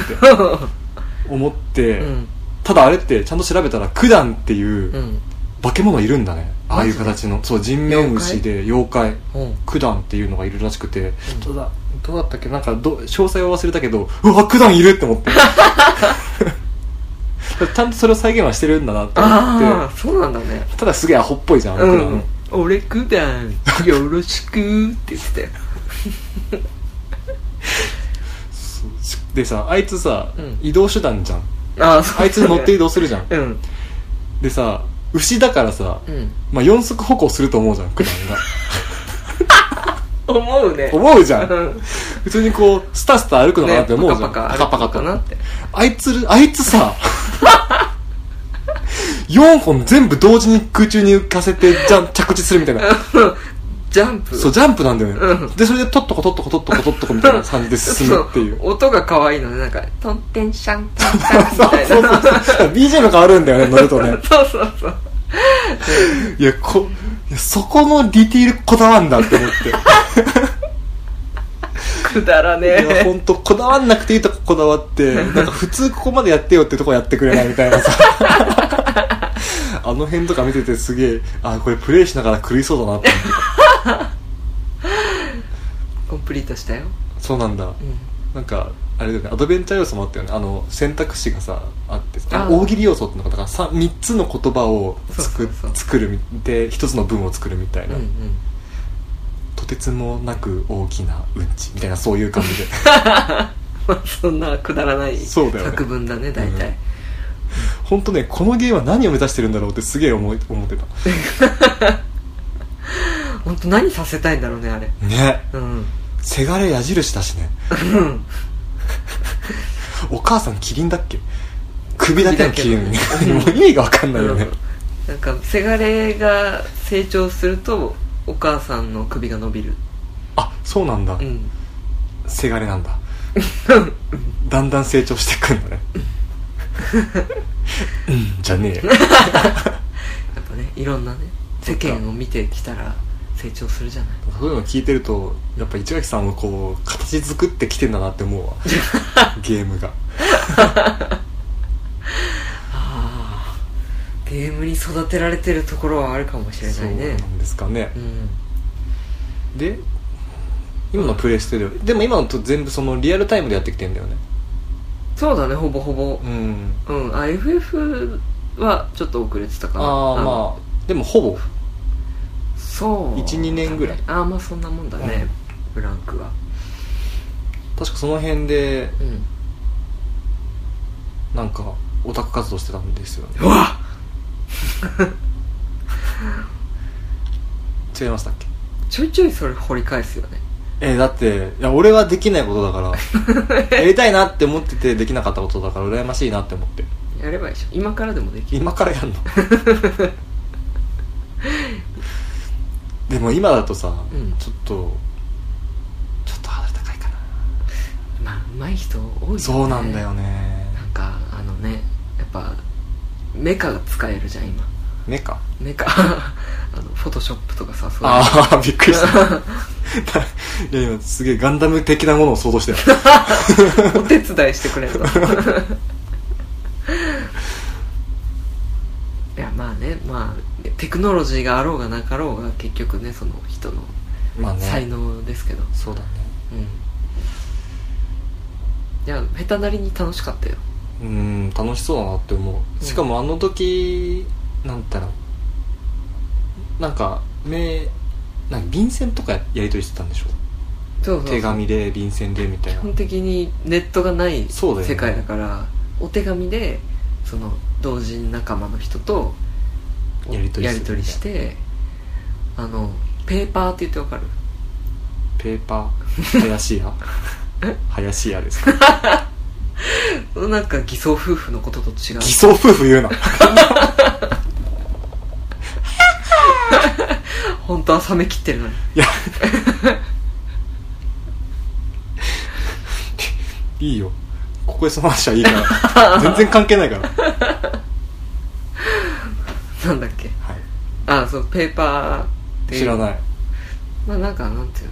S2: [laughs]
S1: 思って、
S2: うん
S1: ただあれってちゃんと調べたら九段って
S2: う
S1: いうん化け物いるんだね、ああいう
S2: マジ
S1: 形のそう人面牛で妖怪
S2: うん
S1: 九段っていうのがいるらしくて、どうだどうだったっけなんかど詳細は忘れたけどうわ九段いるって
S2: [laughs]
S1: 思ってちゃんとそれを再現はしてるんだなって思
S2: あ
S1: っ
S2: あそうなんだね
S1: てただすげえアホっぽいじゃん、あ
S2: う
S1: の九段
S2: ん俺九段よろしくって言ってたよ
S1: そうでさあいつさ、
S2: うん
S1: 移動手段じゃん
S2: ああそう
S1: あいつに乗って移動するじゃん
S2: [laughs] うん
S1: でさ牛だからさ、
S2: うん
S1: まあ、四足歩行すると思うじゃん九段が
S2: 思うね
S1: 思うじゃ
S2: [laughs] うんん
S1: 普通にこうスタスタ歩くのかなって思うじゃん、
S2: ねパ
S1: パ
S2: カパカ
S1: カパカ
S2: かなって
S1: あいつあいつさ [laughs] 4本全部同時に空中に浮かせてじゃん着地するみたいな
S2: ジャンプ
S1: そうジャンプなんだよね、
S2: うん
S1: でそれでトッとことっとことっとことっとこみたいな感じで進むっていう
S2: そ音が可愛いのねなんか「トンテンシャントン
S1: そう
S2: テンシ
S1: そ
S2: ャン」
S1: うそ
S2: み
S1: う [laughs] BGM 変わるんだよね乗ると
S2: たい
S1: ね
S2: な [laughs] そうそうそう
S1: いやこいやそこのディティールこだわんだって思って
S2: くだらね
S1: いや
S2: え
S1: 本当こだわんなくていいとここだわ
S2: [laughs]
S1: ってなんか普通ここまでやってよってとこやってくれないみたいなさあの辺とか見ててすげえあこれプレイしながら狂いそうだなって
S2: コンプリートしたよ
S1: そうなんだ
S2: うん
S1: なんかあれだよねアドベンチャー要素もあったよねあの選択肢がさあってさ
S2: あ
S1: 大喜利要素ってのがだから 3, つの言葉を作
S2: そうそうそう
S1: 作るみで1つの文を作るみたいな、
S2: うんうん
S1: とてつもなく大きなうんちみたいなそういう感じで [laughs]
S2: まあそん [laughs] なくだらない
S1: そうだよね
S2: 作文だね大体、
S1: うん本当ねこのゲームは何を目指してるんだろうってすげえ思い思ってた
S2: 本当何させたいんだろうねあれ
S1: ね [laughs]
S2: うん
S1: せがれ矢印だしねお母さんキリンだっけ首だけのキリン
S2: 首だけの
S1: [laughs] もう意味が分かんないよね、
S2: なんかせがれが成長するとお母さんの首が伸びる
S1: あそうなんだ、
S2: うん
S1: せがれなん [laughs] だだんだん成長してく [laughs] んだねうんじゃねえよ
S2: やっぱねいろんなね世間を見てきたら成長するじゃない
S1: そういうの聞いてるとやっぱ市垣さんをこう形作ってきてんだなって思う [laughs] わゲームが
S2: ああゲームに育てられてるところはあるかもしれ
S1: そ
S2: な
S1: う
S2: いね
S1: なんですかね
S2: う、ん
S1: で今のプレイステルでも今のと全部そのリアルタイムでやってきてんだよね
S2: そうだねほぼほぼ
S1: うん
S2: うん、あ FF はちょっと遅れてたか
S1: あ
S2: な
S1: あまあでもほぼ
S2: あそう
S1: 12年ぐらい
S2: ああまあそんなもんだね、ブランクは
S1: 確かその辺で
S2: うん
S1: なんかオタク活動してたんですよね
S2: うわ
S1: 違いましたっけ
S2: ちょいちょいそれ掘り返すよね
S1: えーだっていや俺はできないことだから [laughs] やりたいなって思っててできなかったことだから羨ましいなって思って
S2: やればいいでしょ今からでもできる
S1: 今からや [laughs] んのでも今だとさ、
S2: うん
S1: ちょっとちょっとハードル高いかな
S2: まあ上手い人多いよね
S1: そうなんだよね
S2: なんかあのねやっぱメカが使えるじゃん今
S1: 目か
S2: メカ [laughs] あのフォトショップとかさそういうの
S1: ああびっくりした [laughs] いや今すげえガンダム的なものを想像してる [laughs]
S2: お手伝いしてくれるの [laughs] いやまあねまあテクノロジーがあろうがなかろうが結局ねその人の
S1: まあね
S2: 才能ですけど、
S1: そうだね
S2: うんいや下手なりに楽しかったよ
S1: うん楽しそうだなって思うしかもあの時、なんだろうなんか目なんか便箋とかやり取りしてたんでしょ
S2: そうそうそう
S1: 手紙で便箋でみたい
S2: 基
S1: な
S2: 本的にネットがない
S1: そうだ
S2: 世
S1: よね
S2: 界だからお手紙でその同人仲間の人と
S1: やり取りする
S2: やり取りしてあのペーパーって言ってわかる
S1: ペーパ
S2: [laughs]
S1: ー林家林家ですか
S2: なんか偽装夫婦のことと違う
S1: 偽装夫婦言う
S2: [laughs]
S1: な
S2: 本当は冷め切ってるのに
S1: いやいいよここでその話はいい
S2: [laughs]
S1: から全然関係ないからは
S2: なんだっけあそうペーパーって
S1: い
S2: いう
S1: 知らない
S2: まあなんかなんていうの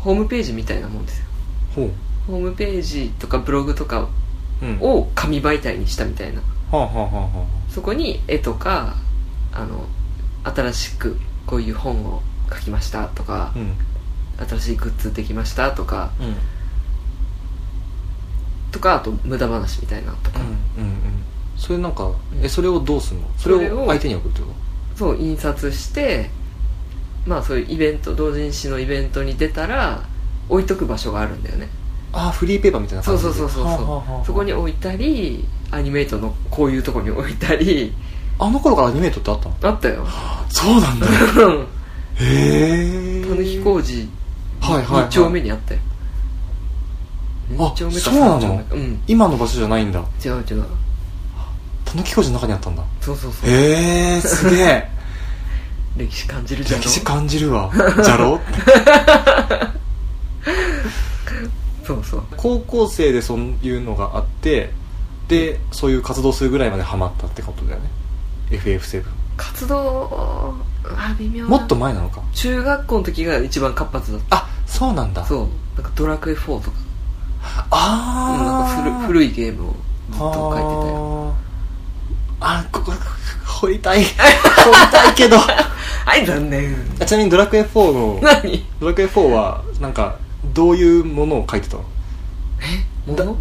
S2: ホームページみたいなもんですよ
S1: ほう
S2: ホームページとかブログとか
S1: うんは
S2: を紙媒体にしたみたいな
S1: あ、はあはあは
S2: そこに絵とかあの新しくこういう本を書きましたとか
S1: あ、うん
S2: 新しいグッズできましたとか
S1: うん
S2: とかあと無駄話みたいなとか、
S1: うんうんそれなんか、
S2: ん
S1: えそれをどうすんのそ
S2: そ
S1: れ
S2: れを
S1: を相手に送るってこ
S2: そう印刷してまあそういうイベント同人誌のイベントに出たら置いとく場所があるんだよね
S1: とああフリーペーパーみたいな
S2: そ
S1: 感
S2: う
S1: じで
S2: そうそうそう
S1: はあはあは
S2: そ
S1: あ
S2: うそこに置いたりアニメイトのこういうとこに置いたり [laughs]
S1: あの頃からアニメートってあったの
S2: あったよ
S1: そうなんだへえ
S2: たぬき工事
S1: はいはい、はい、
S2: 2丁目にあったよ
S1: あ
S2: 2丁目か
S1: そうなの
S2: 3丁目かうん
S1: 今の場所じゃないんだ
S2: 違う違う
S1: たぬき工事の中にあったんだ
S2: そうそうそう
S1: へえすげえ
S2: 歴史感じるじゃん
S1: 歴史感じるわじゃろ
S2: そうそう
S1: 高校生でそういうのがあってでそういう活動するぐらいまでハマったってことだよね FF7
S2: 活動あ微妙な
S1: もっと前なのか
S2: 中学校の時が一番活発だっ
S1: あそうなんだ
S2: たそうなんかドラクエ4とかうんなん
S1: ああ
S2: か古古いゲームをずっと書いてたよ
S1: あーあここここ掘り [laughs] たい掘りたいけど
S2: はい残念
S1: あ [laughs] ちなみにドラクエ4の
S2: 何
S1: ドラクエ4はなんかどういうものを書いてたの
S2: も
S1: だ
S2: の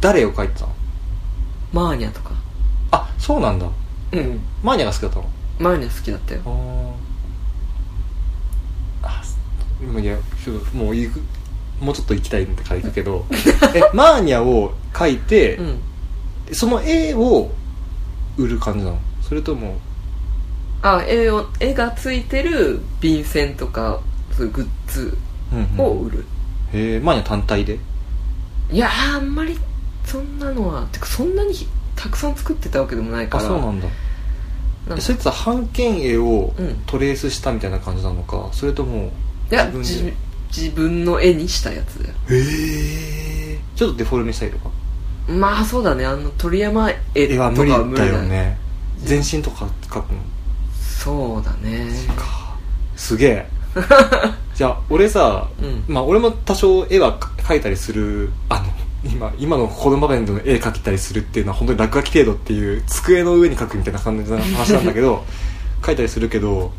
S1: 誰を書いてたの
S2: マーニャとか
S1: あそうなんだ
S2: うん
S1: マーニャが好きだったの
S2: マーニャ好きだったよ
S1: ああいやちょっともう行くもうちょっと行きたいんで書いたけ [laughs] どえマーニャを書いて、
S2: うん
S1: その絵を売る感じなのそれとも
S2: あ絵を絵がついてる便箋とかそういうグッズを売る、
S1: へえマーニャ単体で
S2: いやーあんまりそんなのはてかそんなにひたくさん作ってたわけでもないか
S1: あ
S2: ら
S1: そうなんだ
S2: なん
S1: え
S2: か
S1: それってさ半券絵を
S2: うん
S1: トレースしたみたいな感じなのかそれとも
S2: いや
S1: 自
S2: 自
S1: 分
S2: 分自分の絵にしたやつだよ
S1: でへえちょっとデフォルメしたりとか
S2: まあそうだねあの鳥山絵
S1: 絵
S2: とか
S1: は
S2: は
S1: 無
S2: 無
S1: 理だ
S2: 理だ
S1: よね全身とか描くの
S2: そうだね
S1: かすげ
S2: [laughs]
S1: えじゃあ俺さ、
S2: うん
S1: まあ俺も多少絵は描いたりするあの今今のこの場面での絵描いたりするっていうのは本当に落書き程度っていう机の上に描くみたいな感じの話なんだけ
S2: [laughs]
S1: ど描いたりするけど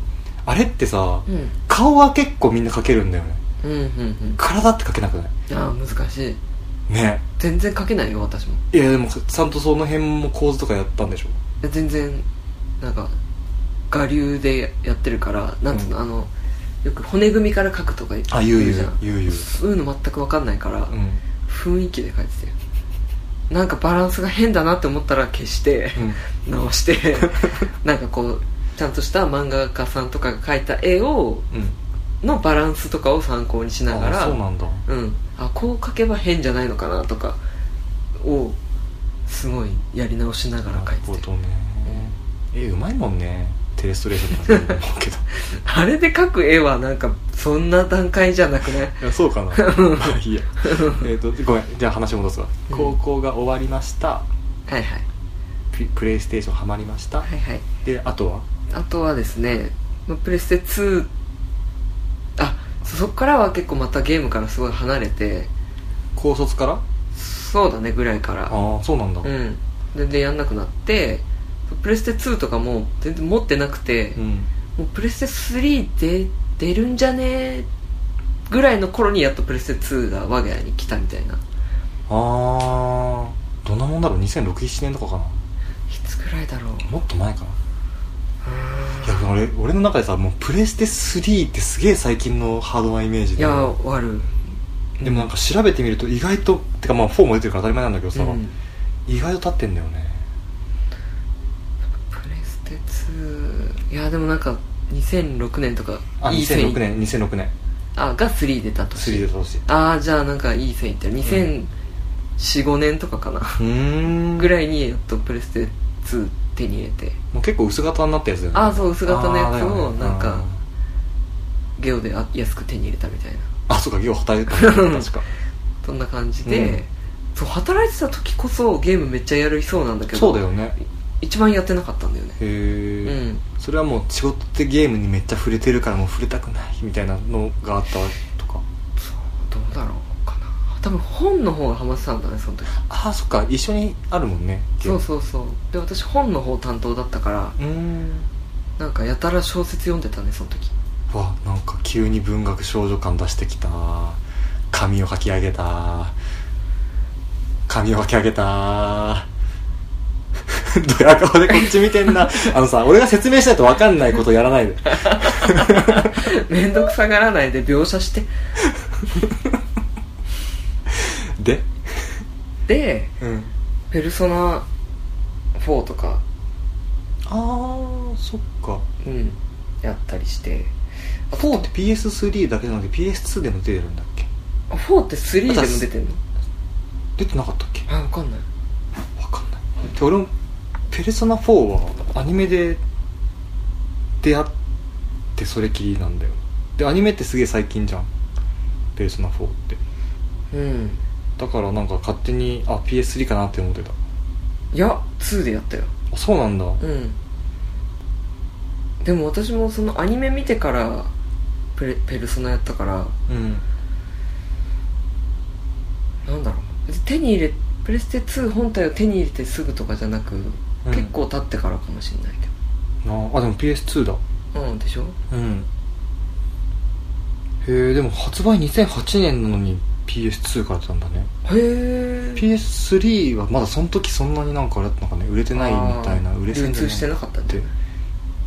S1: あれってさ
S2: うん
S1: 顔は結構みんな描けるんだよね
S2: ううんうんうん
S1: 体って書けなくない
S2: ああ難しい
S1: ね
S2: 全然書けないよ私も
S1: いやでもちゃんとその辺も構図とかやったんでしょ
S2: 全然なんか我流でやってるからなんつうの、
S1: うん
S2: あのよく骨組みから書くとか言
S1: あ言う言う
S2: じゃん
S1: 言う言う
S2: そういうの全く分かんないから、
S1: うん、
S2: 雰囲気で書いてたよなんかバランスが変だなって思ったら消して、直して
S1: [laughs]
S2: なんかこうちゃんとした漫画家さんとかが描いた絵を
S1: うんうん、
S2: のバランスとかを参考にしながら
S1: あそうなんだ
S2: うん、あこう描けば変じゃないのかなとかをすごいやり直しながら
S1: な
S2: 描
S1: る
S2: いて
S1: ほ
S2: て
S1: どねえうまいもんねテレストレーションだと思 [laughs] うけど
S2: あれで描く絵はなんかそんな段階じゃなくない
S1: いやそう [laughs] かなまあいいやえっとごめんじゃあ話戻すわ、
S2: うん
S1: 高校が終わりました
S2: はいはい
S1: ププレイステーションハマりました、
S2: はいはい
S1: であとは
S2: あとはですねまあプレステ2あそそっからは結構またゲームからすごい離れて
S1: 高卒から
S2: そうだねぐらいから
S1: ああそうなんだ
S2: う、ん全然やんなくなってプレステ2とかも全然持ってなくて、
S1: うん
S2: もうプレステ3で出るんじゃねえぐらいの頃にやっとプレステ2が我が家に来たみたいな
S1: ああどんなもんだろう2067年とかかない
S2: つぐらいだろう
S1: もっと前かな
S2: う
S1: いや俺俺の中でさもうプレステ3ってすげえ最近のハードなイメージ
S2: ーんい
S1: で
S2: や終わる
S1: でもなんか調べてみると意外とてかまあ4も出てるから当たり前なんだけどさ、
S2: うん
S1: 意外と経ってんだよね
S2: プレステ2いやでもなんか2006年とか
S1: あ
S2: いい線い
S1: 2006年2006年
S2: あが3出た年
S1: 3で倒して
S2: ああじゃあなんかいい線いってる20045、年とかかな
S1: うーん
S2: ぐら
S1: い
S2: いにやっとプレステ2手に入れて
S1: もう結構薄型になったやつだよね
S2: あーそう薄型のやつを
S1: あーだよね
S2: なんか
S1: うん
S2: ゲオであ安く手に入れたみたいな
S1: あそうかギオ働いて
S2: [laughs]
S1: たんだ確か
S2: そんな感じで、
S1: うん
S2: そう働いてた時こそゲームめっちゃやるそうなんだけど
S1: そうだよね
S2: 一番やってなかったんだよね
S1: へえ、
S2: うん
S1: それはもう仕事ってゲームにめっちゃ触れてるからもう触れたくないみたいなのがあったとか
S2: どうだろうかな多分本の方がハマってたんだねその時
S1: ああそっか一緒にあるもんねゲー
S2: そ
S1: ム
S2: うそうそうで私本の方担当だったから
S1: うーん
S2: なんかやたら小説読んでたねその時 [laughs]
S1: わなんか急に文学少女感出してきた髪をかき上げた髪をかき上げた [laughs] ドヤ顔でこっち見てんなあのさ俺が説明しないと分かんないことやらないで
S2: めんどくさがらないで描写して
S1: で
S2: で
S1: うん
S2: 「ペルソナ4」とか
S1: あーそっか
S2: うんやったりしてあと
S1: 4って PS3 だけじゃなくて PS2 でも出てるんだっけ
S2: あ4って3でも出てんの
S1: 出てなかったっけ
S2: あ分かんない
S1: 分かんないで俺も「ペルソナ4」はアニメで出会ってそれきりなんだよでアニメってすげえ最近じゃん「ペルソナ4」って
S2: うん
S1: だからなんか勝手にあ PS3 かなって思ってた
S2: いや2でやったよ
S1: あそうなんだ
S2: うんでも私もそのアニメ見てからペルペルソナやったから
S1: うん
S2: なんだろう手に入れプレステ2本体を手に入れてすぐとかじゃなく、
S1: うん
S2: 結構経ってからかもしれない
S1: なあでも PS2 だ
S2: けどうんでしょ
S1: うんへえでも発売2008年なのに PS2 からだったんだね
S2: へえ
S1: PS3 はまだその時そんなになんかあれだったのかね売れてないみたいな売れ
S2: 流
S1: 線じゃ
S2: 通してなかったんだよね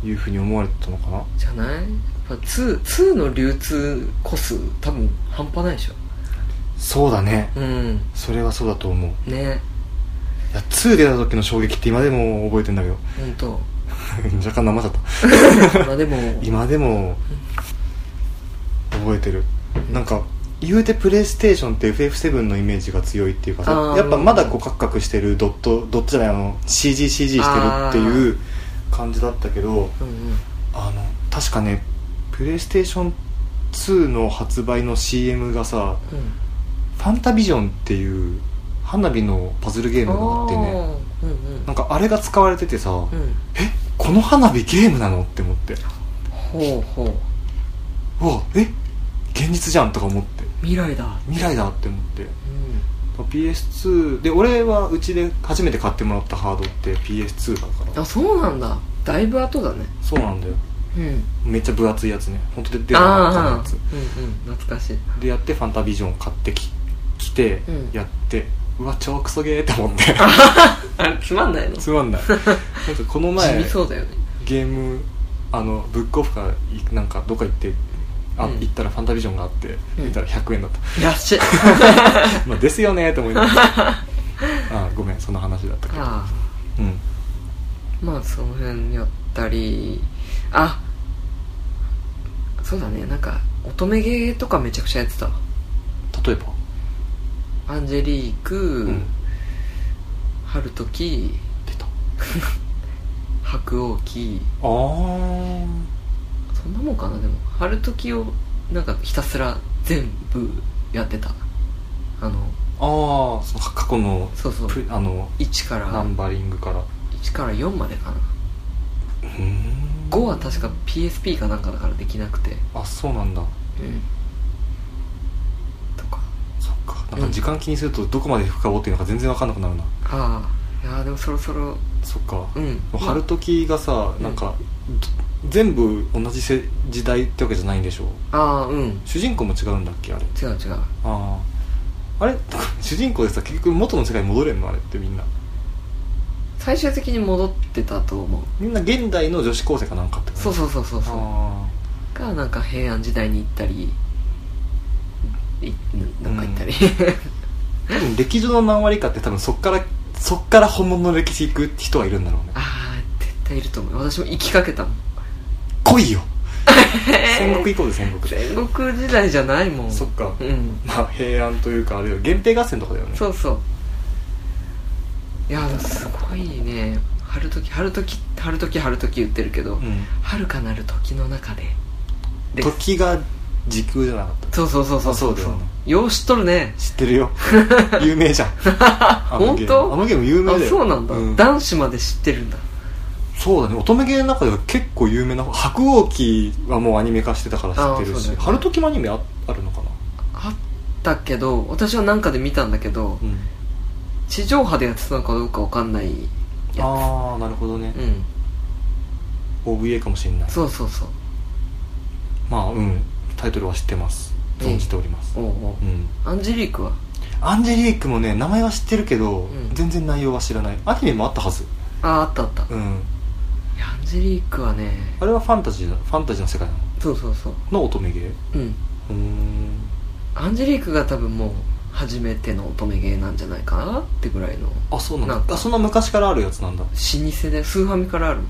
S1: っていうふうに思われてたのかな
S2: じゃないやっぱ 2, 2の流通個数多分半端ないでしょ
S1: そうだね
S2: うん
S1: それはそうだと思うい
S2: ね
S1: や2出た時の衝撃って今でも覚えてんだけど [laughs]
S2: 本当。
S1: 若干生まっちゃった
S2: まあでも
S1: [laughs] 今でも覚えてるなんか言うてプレイステーションって FF7 のイメージが強いっていうかさ
S2: あー
S1: やっぱまだこうカクカクしてるドットドットじゃないあの CGCG してるっていう感じだったけど
S2: うんうん
S1: あの確かねプレイステーション2の発売の CM がさ
S2: うん
S1: ファンタビジョンっていう花火のパズルゲームがあってね
S2: あーうんうん
S1: なんかあれが使われててさ、
S2: うん
S1: えこの花火ゲームなのって思って
S2: ほうほう
S1: うわえ現実じゃんとか思って
S2: 未来だ
S1: 未来だって思って
S2: う
S1: PS2 で俺はうちで初めて買ってもらったハードって PS2 だか
S2: ん
S1: ら
S2: あそうなんだだいぶ後だね
S1: そうなんだよ
S2: うん
S1: めっちゃ分厚いやつね本当で出た
S2: あ
S1: なかったやつ
S2: ーうんうん懐かしい
S1: でやってファンタビジョンを買ってき来て
S2: うん
S1: やって、うわ超クソゲーって思って
S2: [laughs] あれつまんないの
S1: つまんないなんかこの
S2: 地
S1: 前
S2: 味そうだよね
S1: ゲームあのブックオフかいなんかどっか行ってあ、
S2: うん
S1: 行ったらファンタビジョンがあって
S2: うん
S1: 見たら100円だった、
S2: 安っ
S1: まあですよねーって思い [laughs] ながらあごめんその話だったけど
S2: あ
S1: うん
S2: ーまあその辺やったりあそうだねなんか乙女ゲーとかめちゃくちゃやってたわ
S1: 例えば
S2: アンジェリー
S1: う
S2: ク、春時
S1: 出たあ
S2: 白鸚記
S1: あー
S2: そんなもんかなでも春時をなんかひたすら全部やってたあの
S1: ああその過去の
S2: そうそう
S1: プあの
S2: 1か
S1: ナ
S2: ら
S1: ンバリングから
S2: 1から4までかな
S1: うーん
S2: 5は確か PSP かなんかだからできなくて
S1: あそうなんだ
S2: うんとか
S1: そっかなんか時間気にするとどこまで深掘っていうのか全然分かんなくなるな
S2: ああいやーでもそろそろ
S1: そっか、
S2: うん
S1: 春時がさなんか、全部同じせ時代ってわけじゃないんでしょ
S2: ああうん
S1: 主人公も違うんだっけあれ
S2: 違う違う
S1: あああれ [laughs] 主人公でさ結局元の世界に戻れんのあれってみんな
S2: 最終的に戻ってたと思う
S1: みんな現代の女子高生かなんかってこと
S2: そうそうそうそうそ
S1: あ
S2: うがなんか平安時代に行ったりいなんか行ったり、 [laughs]
S1: あ多分歴史の何割かって多分そっからそっから本物の歴史行く人はいるんだろうね
S2: ああ絶対いると思う私も行きかけたもん
S1: 来いよ戦国行こうぜ戦国
S2: 戦国時代じゃないもん
S1: そっか
S2: うん
S1: まあ平安というかあれよ源平合戦とかだよね
S2: そうそういやでもすごいね春時春時春時春時言ってるけど、
S1: うん
S2: 遥かなる時の中でです
S1: 時が時空じゃなかっ
S2: そうそうそうそう
S1: あそうだよね
S2: よう知っとるね
S1: た知ってる
S2: [laughs]
S1: よ有名じゃんあのゲーム
S2: 本当
S1: あのゲーム有名
S2: あ
S1: だよ
S2: そうなんだ、男子まで知ってるんだ
S1: そうだね乙女芸の中では結構有名な白鸚記はもうアニメ化してたから知ってる
S2: あー
S1: し、
S2: そうだよね
S1: 春時もアニメああるのかな
S2: あったけど私はなんかで見たんだけど、
S1: うん
S2: 地上波でやってたのかどうかわかんないや
S1: ああなるほどね
S2: つ、うん、
S1: OVA かもしれない
S2: そうそうそう
S1: まあうんタイトルは知ってます存じております、
S2: おうおう
S1: うん、
S2: アンジェリークは
S1: アンジェリークもね名前は知ってるけど、
S2: うん
S1: 全然内容は知らないアニメもあったはず
S2: あああったあった、い
S1: うん
S2: やアンジェリークはね
S1: あれはファンタジーだファンタジーの世界なの
S2: そうそうそう
S1: の乙女芸う
S2: うん
S1: ーん
S2: アンジェリークが多分もう初めての乙女芸なんじゃないかなってぐらいの老
S1: あそうなんだ
S2: なんか
S1: あそんな昔からあるやつなんだ
S2: 舗でスーファミからある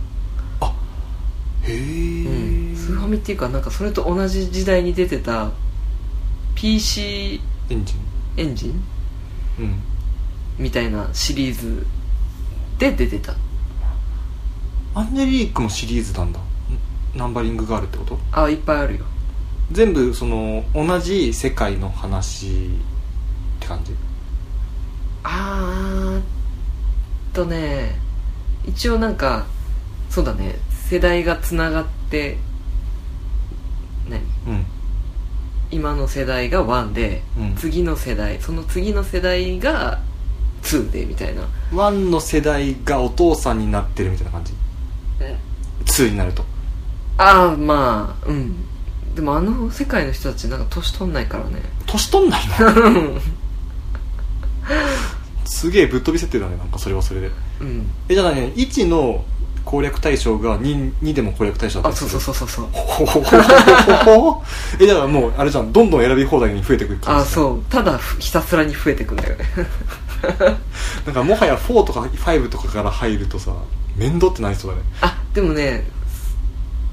S1: へえ、
S2: うんスーファミっていうかなんかそれと同じ時代に出てた PC
S1: エンジ
S2: エンジン
S1: ンうん
S2: みたいなシリーズで出てた
S1: アンジェリークもシリーズなんだんナンバリングがあるってこと
S2: あいっぱいあるよ
S1: 全部その同じ世界の話って感じ
S2: あーっとね一応なんかそうだね世代がつながって何
S1: うん
S2: 今の世代が1で、
S1: うん
S2: 次の世代その次の世代が2でみたいな
S1: ワンの世代がお父さんになってるみたいな感じ2になると
S2: ああまあうんでもあの世界の人たちなんか年取んないからね
S1: 年取んないの
S2: [laughs]
S1: すげえぶっ飛び設定だねなんかそれはそれで
S2: うん
S1: えじゃあね1の攻略対象が 2, 2でも攻略対象だ
S2: あ
S1: った
S2: そう
S1: りす
S2: そ
S1: る
S2: うそうそう
S1: [laughs]
S2: そう
S1: ほほほほほほ [laughs] えだからもうあれじゃんどんどん選び放題に増えてくる感
S2: あ
S1: じ
S2: あそうただふひたすらに増えてくんだよね [laughs]
S1: なんかもはや4とか5とかから入るとさ面倒ってなりそうだね
S2: あでもね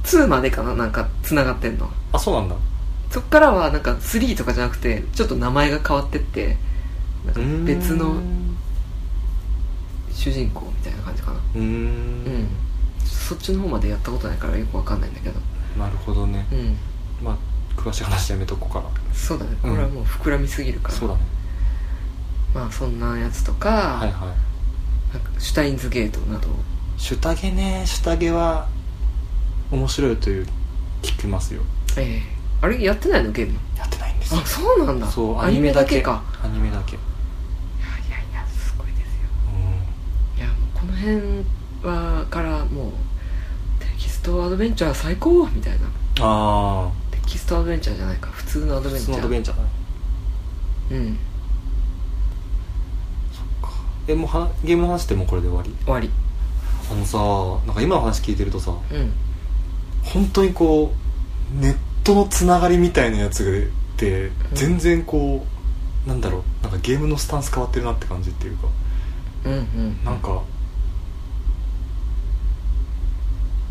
S2: 2までかななんかつながってんの
S1: あそうなんだ
S2: そっからはなんか3とかじゃなくてちょっと名前が変わってってなんか
S1: うーん
S2: 別の主人公みたいな感じかな
S1: うーん
S2: うんそっちの方までやったことないからよくわかんないんだけど
S1: なるほどね
S2: うん
S1: まあ詳しい話やめとこうかな
S2: そうだねこれはもう膨らみすぎるから、
S1: そうだね
S2: まあそんなやつとか,、
S1: はいはい
S2: なんかシュタインズゲートなど
S1: シュタゲねシュタゲは面白いという聞きますよ
S2: ええあれやってないのゲーム
S1: やってないんですよ
S2: あそうなんだ
S1: そうアニメだけ
S2: か
S1: アニメだけ
S2: いやいやいやすごいですよ
S1: うん
S2: いやもうこの辺はからもうテキスストアドベンチャー最高みたいな
S1: あ
S2: テキストアドベンチャーじゃないか普通のア
S1: あ
S2: ド
S1: 普
S2: ベンチ
S1: 通
S2: ャー
S1: のアドベンチャーだね
S2: うん
S1: えもうはゲームの話ってもうこれで終わり
S2: 終わり
S1: あのさなんか今の話聞いてるとさ
S2: うん
S1: 本当にこうネットのつながりみたいなやつで全然こう、なんだろうなんかゲームのスタンス変わってるなって感じっていうか
S2: うんうん
S1: なんか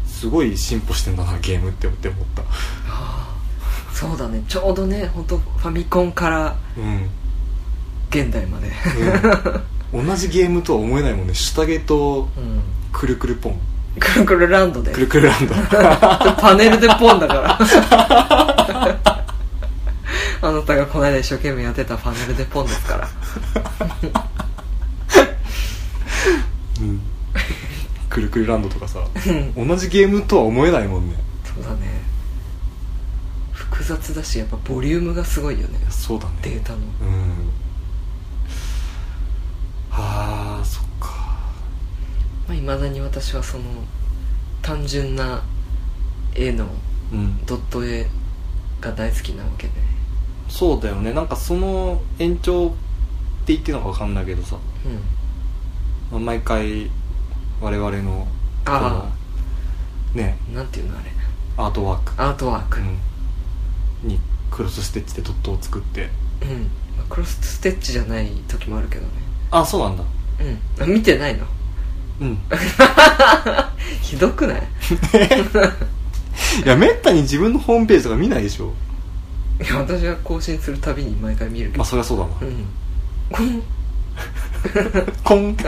S1: すごい進歩してんだなゲームってって思った
S2: ああそうだねちょうどね本当ファミコンから
S1: うん
S2: 現代まで
S1: うん同じゲームとは思えないもんね下着と
S2: [laughs] うん
S1: くるくるポン
S2: くるくるランドで
S1: くるくるランド
S2: パネルでポンだから [laughs] あなたがこの間一生懸命やってたパネルでポンですから [laughs]
S1: うんくるくるランドとかさ
S2: うん
S1: 同じゲームとは思えないもんね
S2: そうだね複雑だしやっぱボリュームがすごいよね
S1: そうだね
S2: データの
S1: うんあーそっか
S2: まあ、未だに私はその単純な絵の
S1: うん
S2: ドット絵が大好きなわけで
S1: そうだよねなんかその延長って言ってるのか分かんないけどさ、
S2: うん
S1: まあ毎回我々のこの
S2: あ
S1: ね
S2: あなんていうのあれ
S1: アートワーク、
S2: アートワークうん、
S1: うん、にクロスステッチでドットを作って
S2: まあクロスステッチじゃない時もあるけどね
S1: あそうなんだ
S2: うんあ見てないの [laughs]
S1: [laughs] うん
S2: ひどくない
S1: いやめったに自分のホームページとか見ないでしょ
S2: いや私は更新するたびに毎回見るけ
S1: まあ
S2: ど
S1: そりゃそうだな、
S2: うん [laughs] こん
S1: コンって、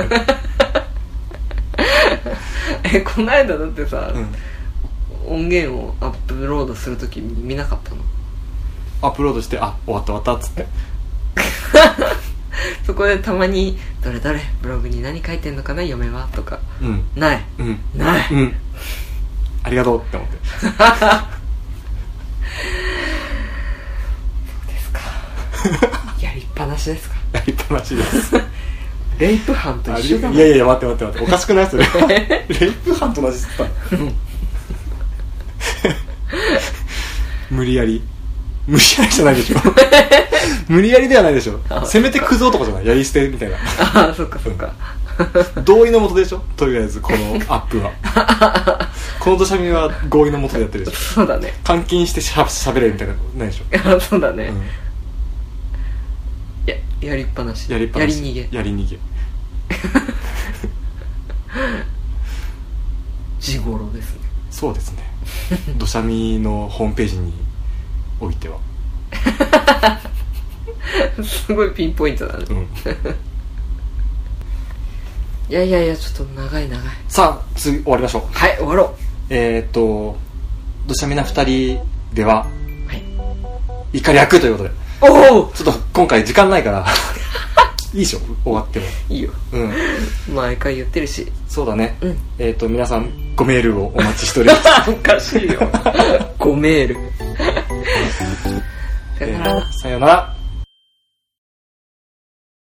S2: えこの間だってさ、
S1: うん、
S2: 音源をアップロードする時見なかったの [laughs]
S1: アップロードしてあ終わった終わったっつって
S2: そこでたまに「どれどれブログに何書いてんのかな嫁は」とか
S1: うん
S2: ない
S1: うん
S2: ない
S1: うんありがとうって思って
S2: ですかやりっぱなしですか
S1: やりっぱなしです
S2: レイプ犯と
S1: あ
S2: 一緒だもん
S1: いやいやいや待って待って待っておかしくないそれ [laughs] レイプ犯と同じっすか [laughs] 無理やり無理やりじゃない [laughs] でしょ無理やりではないでしょせめてクズ男じゃないやり捨てみたいな
S2: ああそっかそっか
S1: 同意のもとでしょとりあえずこのアップは [laughs] この土砂見は合意のもとでやってるでしょ
S2: そうだね
S1: 監禁してしゃしゃべれみたいなのないでしょ、
S2: あそうだね、
S1: うん
S2: ややりっぱなし
S1: やりっぱなし
S2: やり逃げ
S1: やり逃げ
S2: 地頃ですね
S1: そうですね [laughs] 土砂見のホームページにおいては
S2: [laughs] すごいピンポイントだね、
S1: う
S2: い [laughs]
S1: ん
S2: やいやいやちょっと長い長い
S1: さあ次終わりましょう
S2: はい終わろ
S1: えー、っと土砂見な2人では
S2: うはい
S1: 怒り役ということで
S2: おお
S1: ちょっと今回時間ないから [laughs] いいでしょ終わっても
S2: いいよ
S1: うん
S2: 毎回言ってるし
S1: そうだね、
S2: うん
S1: えっ、と皆さんごメールをお待ち [laughs] しております
S2: お
S1: [laughs]
S2: かしいよごメール [laughs] さよなら
S1: えーさよなら